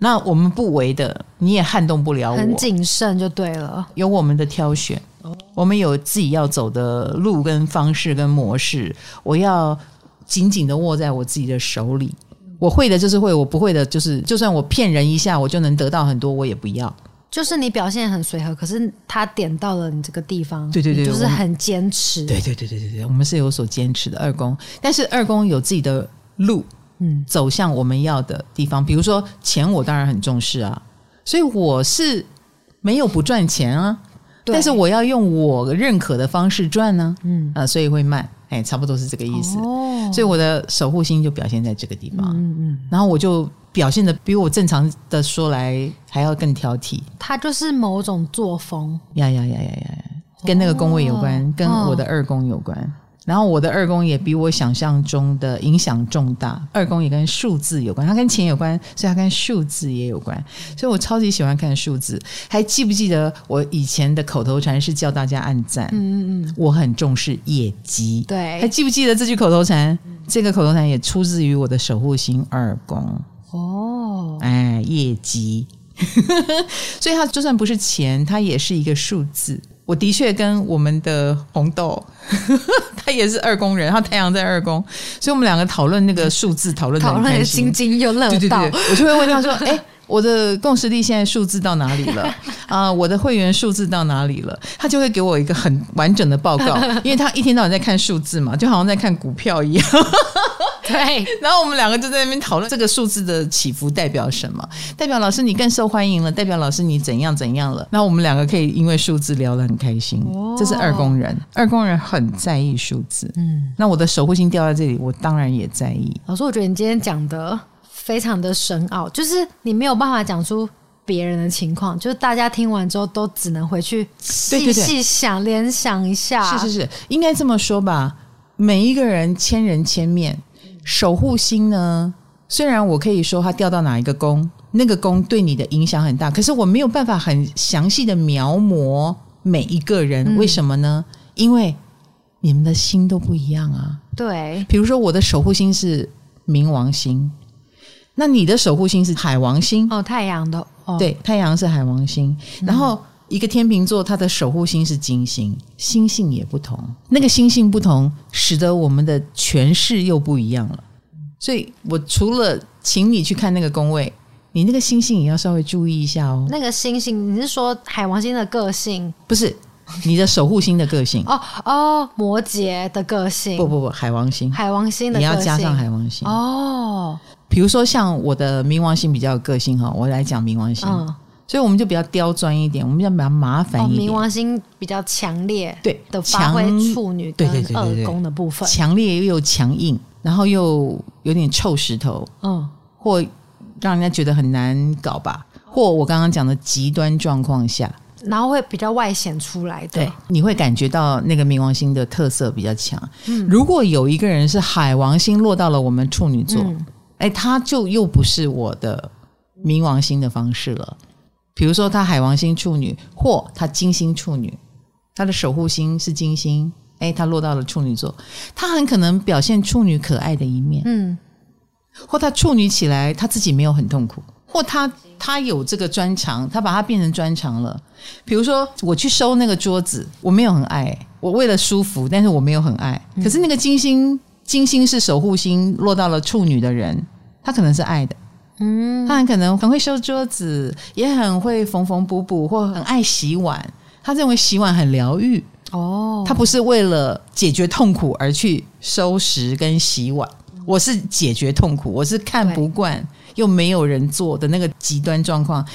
C: 那我们不为的，你也撼动不啊了我。
B: 很谨慎就对了。
C: 有我们的挑选，我们有自己要走的路、跟方式、跟模式。我要紧紧的握在我自己的手里。我会的就是会，我不会的就是，就算我骗人一下，我就能得到很多，我也不要。
B: 就是你表现很随和，可是他点到了你这个地方，
C: 对对对
B: 你就是
C: 我们
B: 很坚持，
C: 对对对对对对，我们是有所坚持的二宫，但是二宫有自己的路，
B: 嗯，
C: 走向我们要的地方。比如说钱，我当然很重视啊，所以我是没有不赚钱啊，
B: 对
C: 但是我要用我认可的方式赚呢、
B: 嗯
C: 啊，所以会慢，哎，差不多是这个意思。
B: 哦，
C: 所以我的守护星就表现在这个地方，
B: 嗯嗯，
C: 然后我就表现的比我正常的说来还要更挑剔，
B: 他就是某种作风，
C: 呀呀呀呀呀呀，跟那个宫位有关，
B: 哦
C: 跟我的二宫有关。然后我的二宫也比我想象中的影响重大，二宫也跟数字有关，它跟钱有关，所以它跟数字也有关，所以我超级喜欢看数字。还记不记得我以前的口头禅是叫大家按赞？
B: 嗯嗯嗯，
C: 我很重视业绩。还
B: 对，
C: 记不记得这句口头禅？这个口头禅也出自于我的守护星二宫，
B: 哦，
C: 哎，业绩。 所以它就算不是钱，它也是一个数字。我的确跟我们的红豆， 他也是二宫人，他太阳在二宫，所以我们两个讨论那个数字，讨论得很
B: 讨论
C: 开
B: 的
C: 心
B: 津津又 乐
C: 对对
B: 道，
C: 对，我就会问他说：“ 哎、我的共识力现在数字到哪里了？ 啊、我的会员数字到哪里了？”他就会给我一个很完整的报告，因为他一天到晚在看数字嘛，就好像在看股票一样。
B: 对
C: 然后我们两个就在那边讨论这个数字的起伏代表什么，代表老师你更受欢迎了，代表老师你怎样怎样了。那我们两个可以因为数字聊得很开心，这是二宫人，二宫人很在意数字。
B: 嗯，
C: 那我的守护星掉在这里，我当然也在意。
B: 老师，我觉得你今天讲的非常的深奥，就是你没有办法讲出别人的情况，就是大家听完之后都只能回去
C: 对
B: 细
C: 对对
B: 细想、联想一下。
C: 是是是，应该这么说吧。每一个人千人千面，守护星呢，虽然我可以说它掉到哪一个宫，那个宫对你的影响很大，可是我没有办法很详细的描摹每一个人，
B: 嗯
C: 为什么呢？因为你们的星都不一样啊。
B: 对，
C: 比如说我的守护星是冥王星，那你的守护星是海王星，
B: 哦，太阳的，哦，，嗯
C: 对，太阳是海王星，然后一个天秤座，它的守护星是金星，星性也不同。那个星性不同，使得我们的诠释又不一样了。所以我除了请你去看那个宫位，你那个星性也要稍微注意一下哦。
B: 那个星星，你是说海王星的个性？
C: 不是你的守护星的个性，
B: 哦哦，摩羯的个性，
C: 不不不，海王星，
B: 海王星的
C: 你
B: 个性
C: 要加上海王星。
B: 哦，
C: 比如说像我的冥王星比较有个性哈，我来讲冥王星，
B: 嗯，
C: 所以我们就比较刁钻一点，我们要比较麻
B: 哦，
C: 烦一
B: 冥
C: 点。
B: 王星比较强烈
C: 对
B: 的发
C: 强
B: 挥处女
C: 对对
B: 跟
C: 对对
B: 二
C: 对
B: 宫的部分，
C: 强烈又强硬，然后又有点臭石头，
B: 嗯，
C: 或让人家觉得很难搞吧。或我刚刚讲的极端状况下，
B: 然后会比较外显出来的，
C: 你会感觉到那个冥王星的特色比较强。如果有一个人是海王星落到了我们处女座，
B: 嗯
C: 哎、他就又不是我的冥王星的方式了。比如说，他海王星处女，或他金星处女，他的守护星是金星，哎、他落到了处女座，他很可能表现处女可爱的一面，
B: 嗯，
C: 或他处女起来，他自己没有很痛苦，或他他有这个专长，他把它变成专长了。比如说，我去收那个桌子，我没有很爱、我为了舒服，但是我没有很爱。可是那个金星，金星是守护星，落到了处女的人，他可能是爱的，
B: 嗯，
C: 他很可能很会收桌子，也很会缝缝补补，或很爱洗碗。他认为洗碗很疗愈，
B: 哦，
C: 他不是为了解决痛苦而去收拾跟洗碗。我是解决痛苦，我是看不惯又没有人做的那个极端状况，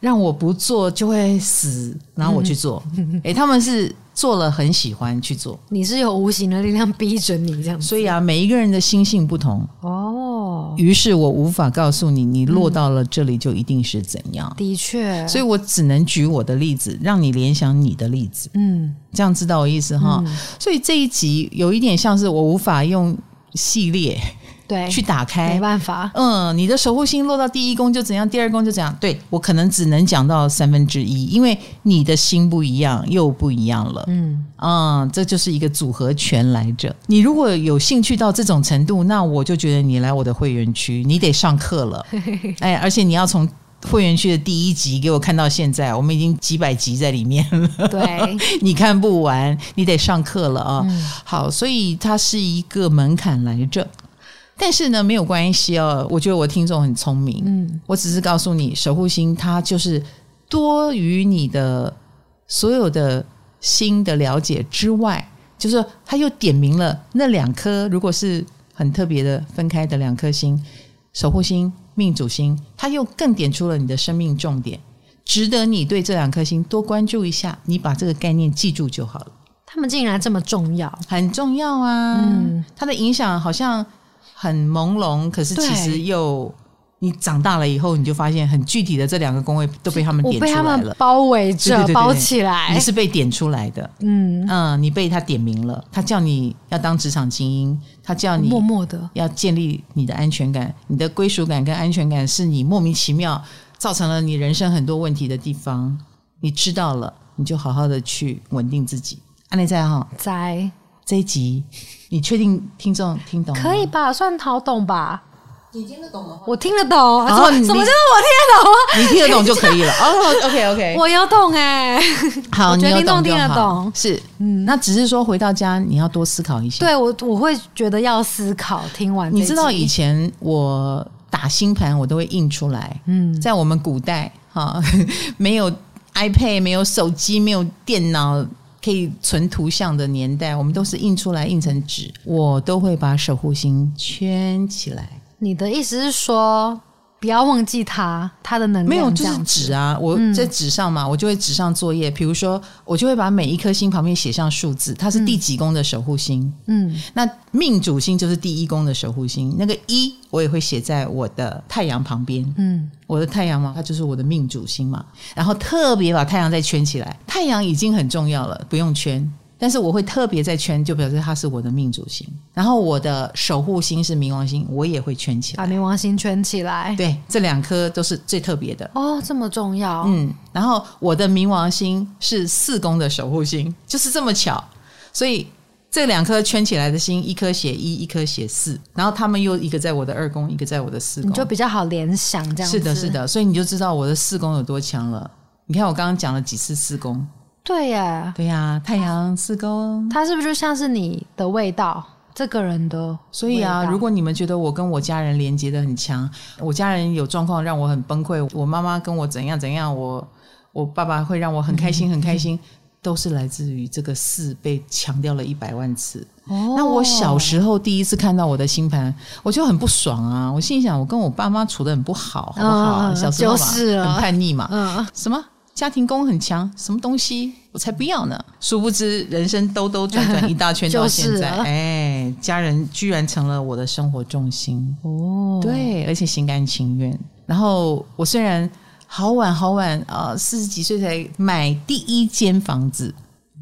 C: 让我不做就会死，然后我去做。诶，他们是做了很喜欢去做，
B: 你是有无形的力量逼着你这样子，
C: 所以啊，每一个人的心性不同，
B: 哦，
C: 于是我无法告诉你，你落到了这里就一定是怎样。
B: 的确，
C: 所以我只能举我的例子，让你联想你的例子，
B: 嗯，
C: 这样知道我意思哈。所以这一集有一点像是我无法用系列
B: 对，
C: 去打开
B: 没，办法，
C: 嗯，你的守护星落到第一宫就怎样，第二宫就怎样。对我可能只能讲到三分之一，因为你的心不一样，又不一样了。
B: 嗯，
C: 嗯，这就是一个组合拳来着。你如果有兴趣到这种程度，那我就觉得你来我的会员区，你得上课了。哎，而且你要从会员区的第一集给我看到现在，我们已经几百集在里面了。
B: 对，
C: 你看不完，你得上课了啊。好，所以它是一个门槛来着。但是呢，没有关系哦。我觉得我听众很聪明，
B: 嗯，
C: 我只是告诉你，守护星它就是多于你的所有的心的了解之外，就是它又点明了那两颗，如果是很特别的分开的两颗星，守护星、命主星，它又更点出了你的生命重点，值得你对这两颗星多关注一下。你把这个概念记住就好了，
B: 他们竟然这么重要，
C: 很重要啊。
B: 嗯
C: 它的影响好像很朦胧，可是
B: 对
C: 其实又。你长大了以后，你就发现很具体的这两个宫位都被他们
B: 我
C: 点出
B: 被他
C: 来
B: 们
C: 了，
B: 包围着，
C: 对对对对
B: 包起来
C: 你，是被点出来的。
B: 嗯，
C: 嗯，你被他点名了，他叫你要当职场精英，他叫你
B: 默默的，
C: 要建立你的安全感，你的归属感跟安全感是你莫名其妙造成了你人生很多问题的地方。你知道了，你就好好的去稳定自己。安内在哈，
B: 在
C: 这一集你确定听众听懂吗？
B: 可以吧？算好懂吧？
A: 你听得懂吗？
B: 我听得懂，什么
C: 啊你
B: 什么叫做我听得懂啊？
C: 你听得懂就可以 了。哦，OK OK，
B: 我有懂哎、
C: 好，
B: 我
C: 你
B: 觉得
C: 有
B: 听众
C: 就
B: 听得
C: 好
B: 懂
C: 是，嗯，那只是说回到家你要多思考一下。
B: 对我我会觉得要思考。听完这
C: 你知道
B: 集
C: 以前我打星盘，我都会印出来。嗯，在我们古代哈， 没有 iPad、没有手机、没有电脑可以存图像的年代，我们都是印出来，印成纸。我都会把守护星圈起来，
B: 你的意思是说，不要忘记他他的能量，
C: 没有就
B: 这
C: 是
B: 样子
C: 纸啊，我在纸上嘛，我就会纸上作业。比如说，我就会把每一颗星旁边写上数字，它是第几宫的守护星。
B: 嗯
C: 那命主星就是第一宫的守护星，那个一我也会写在我的太阳旁边。
B: 嗯，
C: 我的太阳嘛，它就是我的命主星嘛，然后特别把太阳再圈起来，太阳已经很重要了，不用圈。但是我会特别再圈，就表示它是我的命主星。然后我的守护星是冥王星，我也会圈起来。
B: 把冥王星圈起来。
C: 对，这两颗都是最特别的。
B: 哦，这么重要，
C: 嗯，然后我的冥王星是四宫的守护星，就是这么巧，所以这两颗圈起来的星，一颗写一，一颗写四，然后他们又一个在我的二宫，一个在我的四
B: 你
C: 宫，
B: 就比较好联想这样子。
C: 是的，是，的，所以你就知道我的四宫有多强了。你看我刚刚讲了几次四宫，
B: 对耶。
C: 对呀、太阳四宫。
B: 他是不是就像是你的味道，这个人的？
C: 所以啊，如果你们觉得我跟我家人连接的很强，我家人有状况让我很崩溃，我妈妈跟我怎样怎样，我我爸爸会让我很
B: 嗯
C: 开心很开心，都是来自于这个四被强调了一百万次。
B: 哦
C: 那我小时候第一次看到我的星盘，我就很不爽啊！我心里想，我跟我爸妈处的很不好，好不好？
B: 嗯
C: 小时候嘛，
B: 就是了
C: 很叛逆嘛，
B: 嗯，
C: 什么家庭功很强，什么东西我才不要呢！殊不知人生兜兜转转一大圈到现
B: 就是啊
C: 在，
B: 了
C: 哎，家人居然成了我的生活重心，
B: 哦，
C: 对，而且心甘情愿。然后我虽然好晚好晚，呃，四十几岁才买第一间房子，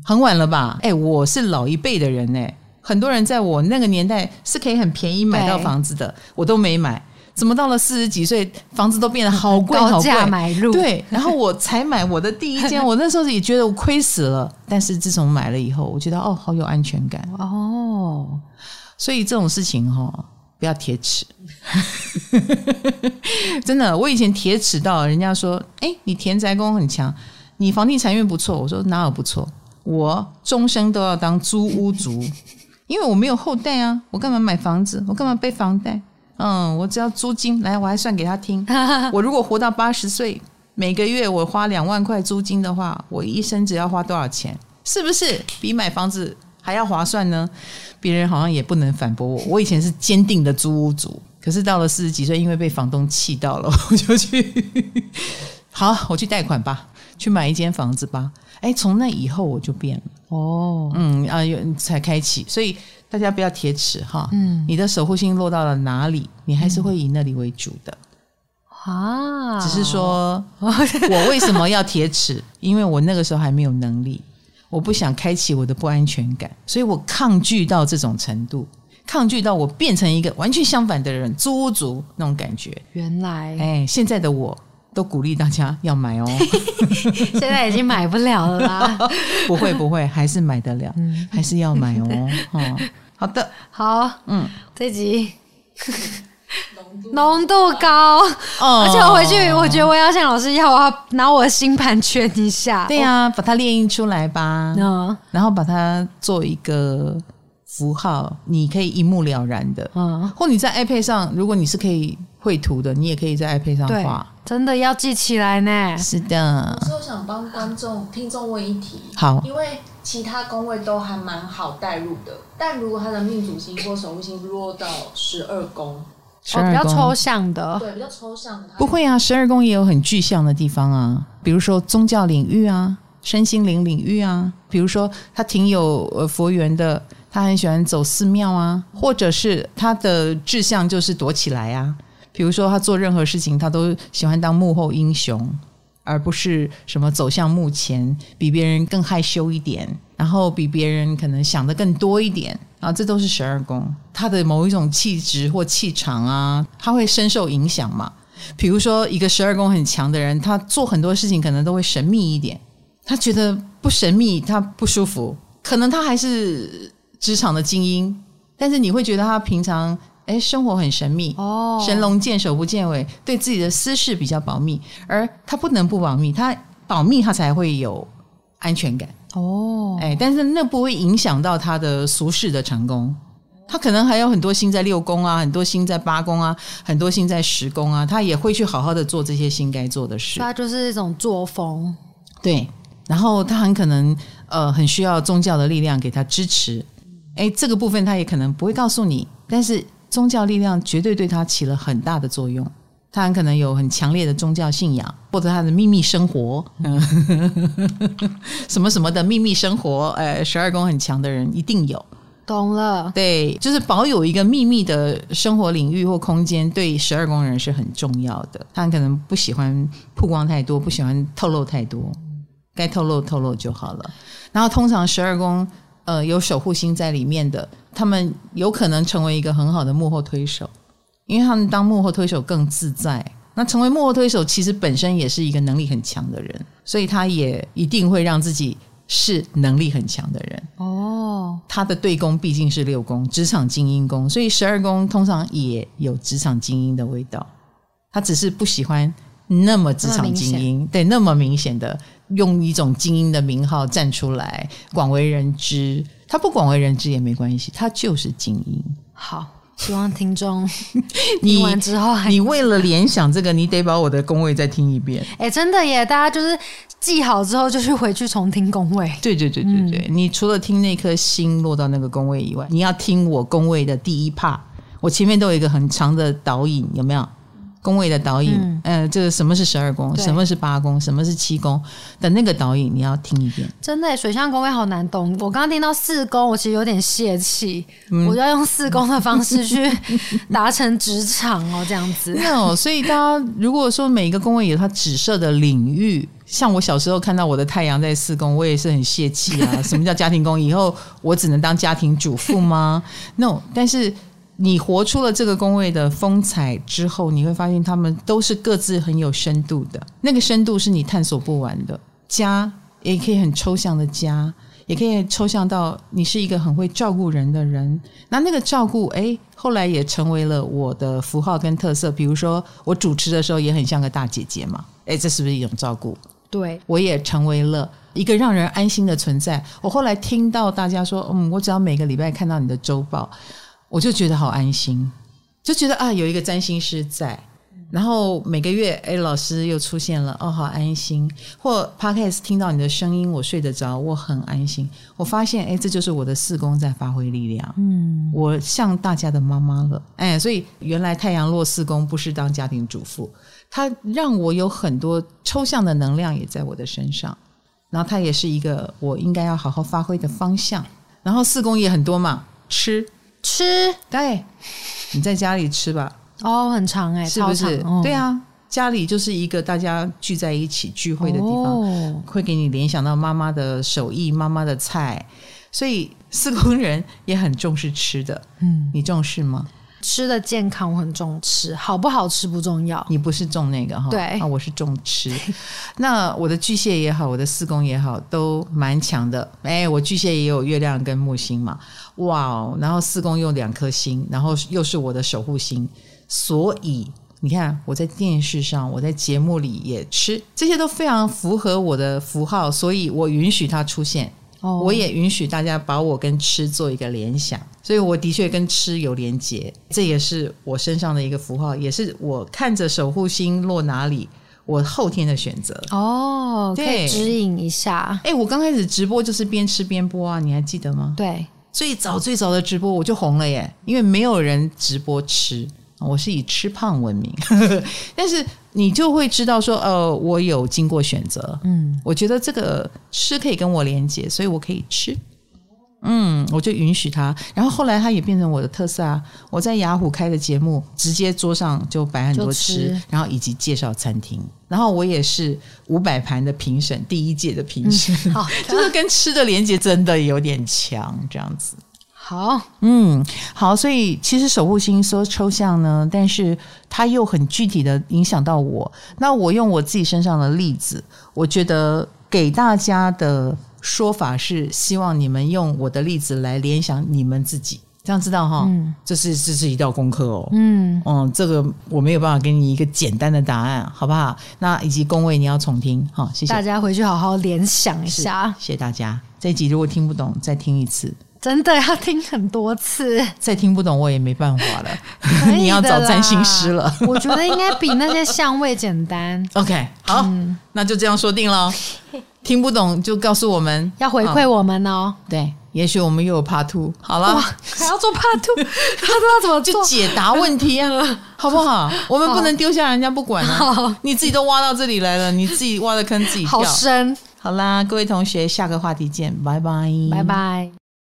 C: 很晚了吧？哎，我是老一辈的人哎、很多人在我那个年代是可以很便宜买到
B: 对
C: 房子的，我都没买。怎么到了四十几岁，房子都变得好贵好贵？
B: 高价买入，，
C: 对，然后我才买我的第一间，我那时候也觉得我亏死了，但是自从买了以后，我觉得哦，好有安全感。
B: 哦，
C: 所以这种事情哈、不要铁齿。 真的，我以前铁齿到人家说，哎、你田宅宫很强，你房地产运不错。我说哪有不错？我终生都要当租屋族，因为我没有后代啊，我干嘛买房子？我干嘛背房贷？嗯，我只要租金来，我还算给他听。我如果活到八十岁，每个月我花两万块租金的话，我一生只要花多少钱？是不是比买房子还要划算呢？别人好像也不能反驳我。我以前是坚定的租屋族，可是到了四十几岁，因为被房东气到了，我就去 好，我去贷款吧，去买一间房子吧。 哎，从那以后我就变了。
B: 哦，
C: 嗯啊，有才开启，所以大家不要铁齿哈。
B: 嗯
C: 你的守护星落到了哪里，你还是会以那里为主的。
B: 啊，
C: 只是说，我为什么要铁 齿？因为我那个时候还没有能力，我不想开启我的不安全感，所以我抗拒到这种程度，抗拒到我变成一个完全相反的人，租屋族那种感觉。
B: 原来
C: 哎，现在的我都鼓励大家要买哦，
B: 现在已经买不了了啦。
C: 不会不 会，还是买得了，
B: 嗯
C: 还是要买哦。哦，好的，
B: 好，
C: 嗯，
B: 这集 浓度高，
C: 哦
B: 而且我回去，我觉得我要向老师要，我要拿我的星盘圈一下。
C: 对啊呀、把它列印出来吧，
B: 嗯
C: 然后把它做一个符号，你可以一目了然的。
B: 嗯，
C: 或你在 iPad 上，如果你是可以绘图的，你也可以在 iPad 上
B: 对
C: 画。，
B: 真的要记起来呢。
C: 是的
E: 我，是想帮观众、听众问一题，
C: 嗯好，
E: 因为其他宫位都还蛮好带入的，但如果他的命主星或守护星落到十二宫，
B: 哦，比
C: 12
B: 较
C: 宫
B: 抽象的，
E: 对，比较抽象的，他
C: 哦不会啊，十二宫也有很具象的地方啊，比如说宗教领域啊，身心灵领域啊，比如说他挺有呃佛缘的，他很喜欢走寺庙啊，或者是他的志向就是躲起来啊，比如说他做任何事情，他都喜欢当幕后英雄，而不是什么走向幕前，比别人更害羞一点，然后比别人可能想的更多一点啊，这都是十二宫他的某一种气质或气场啊，他会深受影响嘛。比如说，一个十二宫很强的人，他做很多事情可能都会神秘一点，他觉得不神秘，他不舒服。可能他还是职场的精英，但是你会觉得他平常哎生活很神秘，
B: 哦，
C: 神龙见首不见尾，对自己的私事比较保密，而他不能不保密，他保密他才会有安全感。
B: 哦，
C: 哎，但是那不会影响到他的俗世的成功。他可能还有很多星在六宫啊，很多星在八宫啊，很多星在十宫啊，他也会去好好的做这些星该做的事
B: 所以。它啊就是一种作风，
C: 对，然后他很可能呃很需要宗教的力量给他支持。哎，这个部分他也可能不会告诉你，但是宗教力量绝对对他起了很大的作用。他很可能有很强烈的宗教信仰，或者他的秘密生活， 嗯什么什么的秘密生活，呃，十二宫很强的人一定有。
B: 懂了。
C: 对，就是保有一个秘密的生活领域或空间，对十二宫人是很重要的。他可能不喜欢曝光太多，不喜欢透露太多，该透露透露就好了。然后通常十二宫呃有守护星在里面的，他们有可能成为一个很好的幕后推手，因为他们当幕后推手更自在。那成为幕后推手，其实本身也是一个能力很强的人，所以他也一定会让自己是能力很强的人。
B: 哦，
C: 他的对宫毕竟是六宫，职场精英宫，所以十二宫通常也有职场精英的味道。他只是不喜欢那么职场精英，对，那么明显的用一种精英的名号站出来，广为人知。他不广为人知也没关系，他就是精英。
B: 好，希望听众听
C: 你
B: 完之后还
C: 你为了联想这个，你得把我的宫位再听一遍。
B: 哎、真的耶！大家就是记好之后，就去回去重听工位。
C: 对对对对
B: 嗯
C: 对，你除了听那颗星落到那个宫位以外，你要听我宫位的第一 part。我前面都有一个很长的导引，有没有？宫位的导引，
B: 嗯
C: 呃，这个什么是十二宫，
B: 对
C: 什么是八宫，什么是七宫的那个导引，你要听一遍。
B: 真的耶，水象宫位好难懂。我刚刚听到四宫，我其实有点泄气，
C: 嗯
B: 我就要用四宫的方式去达成职场哦，这样 子。
C: no，所以大家如果说每一个宫位有它指涉的领域，像我小时候看到我的太阳在四宫，我也是很泄气啊。什么叫家庭宫？以后我只能当家庭主妇吗？No，但是你活出了这个宫位的风采之后，你会发现他们都是各自很有深度的，那个深度是你探索不完的。家也可以很抽象的家。也可以抽象到你是一个很会照顾人的人。那那个照顾，哎，后来也成为了我的符号跟特色。比如说，我主持的时候也很像个大姐姐嘛，哎，这是不是一种照顾？
B: 对，
C: 我也成为了一个让人安心的存在。我后来听到大家说，嗯，我只要每个礼拜看到你的周报，我就觉得好安心。就觉得啊，有一个占星师在，然后每个月哎，老师又出现了，哦，好安心。或 podcast 听到你的声音，我睡得着，我很安心。我发现哎，这就是我的四宫在发挥力量。嗯，我像大家的妈妈了，哎，所以原来太阳落四宫不是当家庭主妇，它让我有很多抽象的能量也在我的身上，然后它也是一个我应该要好好发挥的方向。然后四宫也很多嘛，吃
B: 吃
C: 对，你在家里吃吧，
B: 哦，很长哎、
C: 是不
B: 超
C: 是？
B: 长
C: 对，
B: 嗯
C: 啊，家里就是一个大家聚在一起聚会的地方，
B: 哦
C: 会给你联想到妈妈的手艺、妈妈的菜，所以四宫人也很重视吃的。
B: 嗯，
C: 你重视吗？
B: 吃的健康我很重视，好不好吃不重要。
C: 你不是重那个哈？
B: 对
C: 啊，我是重吃。 那我的巨蟹也好，我的四宫也好，都蛮强的。哎，我巨蟹也有月亮跟木星嘛，哇哦！然后四宫又两颗星，然后又是我的守护星，所以你看我在电视上，我在节目里也吃，这些都非常符合我的符号，所以我允许它出现。
B: 哦
C: 我也允许大家把我跟吃做一个联想，所以我的确跟吃有连结，这也是我身上的一个符号，也是我看着守护星落哪里，我后天的选择。
B: 哦，可以
C: 对
B: 指引一下。
C: 哎、我刚开始直播就是边吃边播啊，你还记得吗？
B: 对，
C: 最早最早的直播我就红了耶，因为没有人直播吃，我是以吃胖闻名。 但是你就会知道说，呃，我有经过选择，
B: 嗯，
C: 我觉得这个吃可以跟我连接，所以我可以吃。嗯，我就允许他。然后后来他也变成我的特色啊！我在雅虎开的节目，直接桌上就摆很多吃，
B: 就吃
C: 然后以及介绍餐厅。然后我也是五百盘的评审，第一届的评审，
B: 嗯好
C: 就是跟吃的连接真的有点强，这样子。
B: 好，
C: 嗯，好，所以其实守护星说抽象呢，但是它又很具体的影响到我。那我用我自己身上的例子，我觉得给大家的说法是希望你们用我的例子来联想你们自己，这样知道哈？
B: 嗯
C: 这是这是一道功课哦。
B: 嗯，
C: 嗯，这个我没有办法给你一个简单的答案，好不好？那以及工位你要重听，好，谢谢
B: 大家回去好好联想一
C: 是
B: 下，
C: 谢谢大家。这一集如果听不懂，再听一次。
B: 真的要听很 多次。
C: 再听不懂我也没办法了
B: 可以的，啦
C: 你要找占星师了。
B: 我觉得应该比那些相位简单，
C: OK，好，
B: 嗯
C: 那就这样说定 了。听不懂就告诉我们，
B: 要回馈我们哦。
C: 对，也许我们又有 Part Two，好了
B: 哇，，还要做 part two，他都要怎么
C: 啊就
B: 做？
C: 解答问题啊， 好不好？我们不能丢下人家不管
B: 好
C: 啊！你自己都挖到这里来了，你自己挖的坑自己
B: 好
C: 跳。
B: 深，
C: 好啦，各位同学，下个话题见，拜拜，
B: 拜。拜。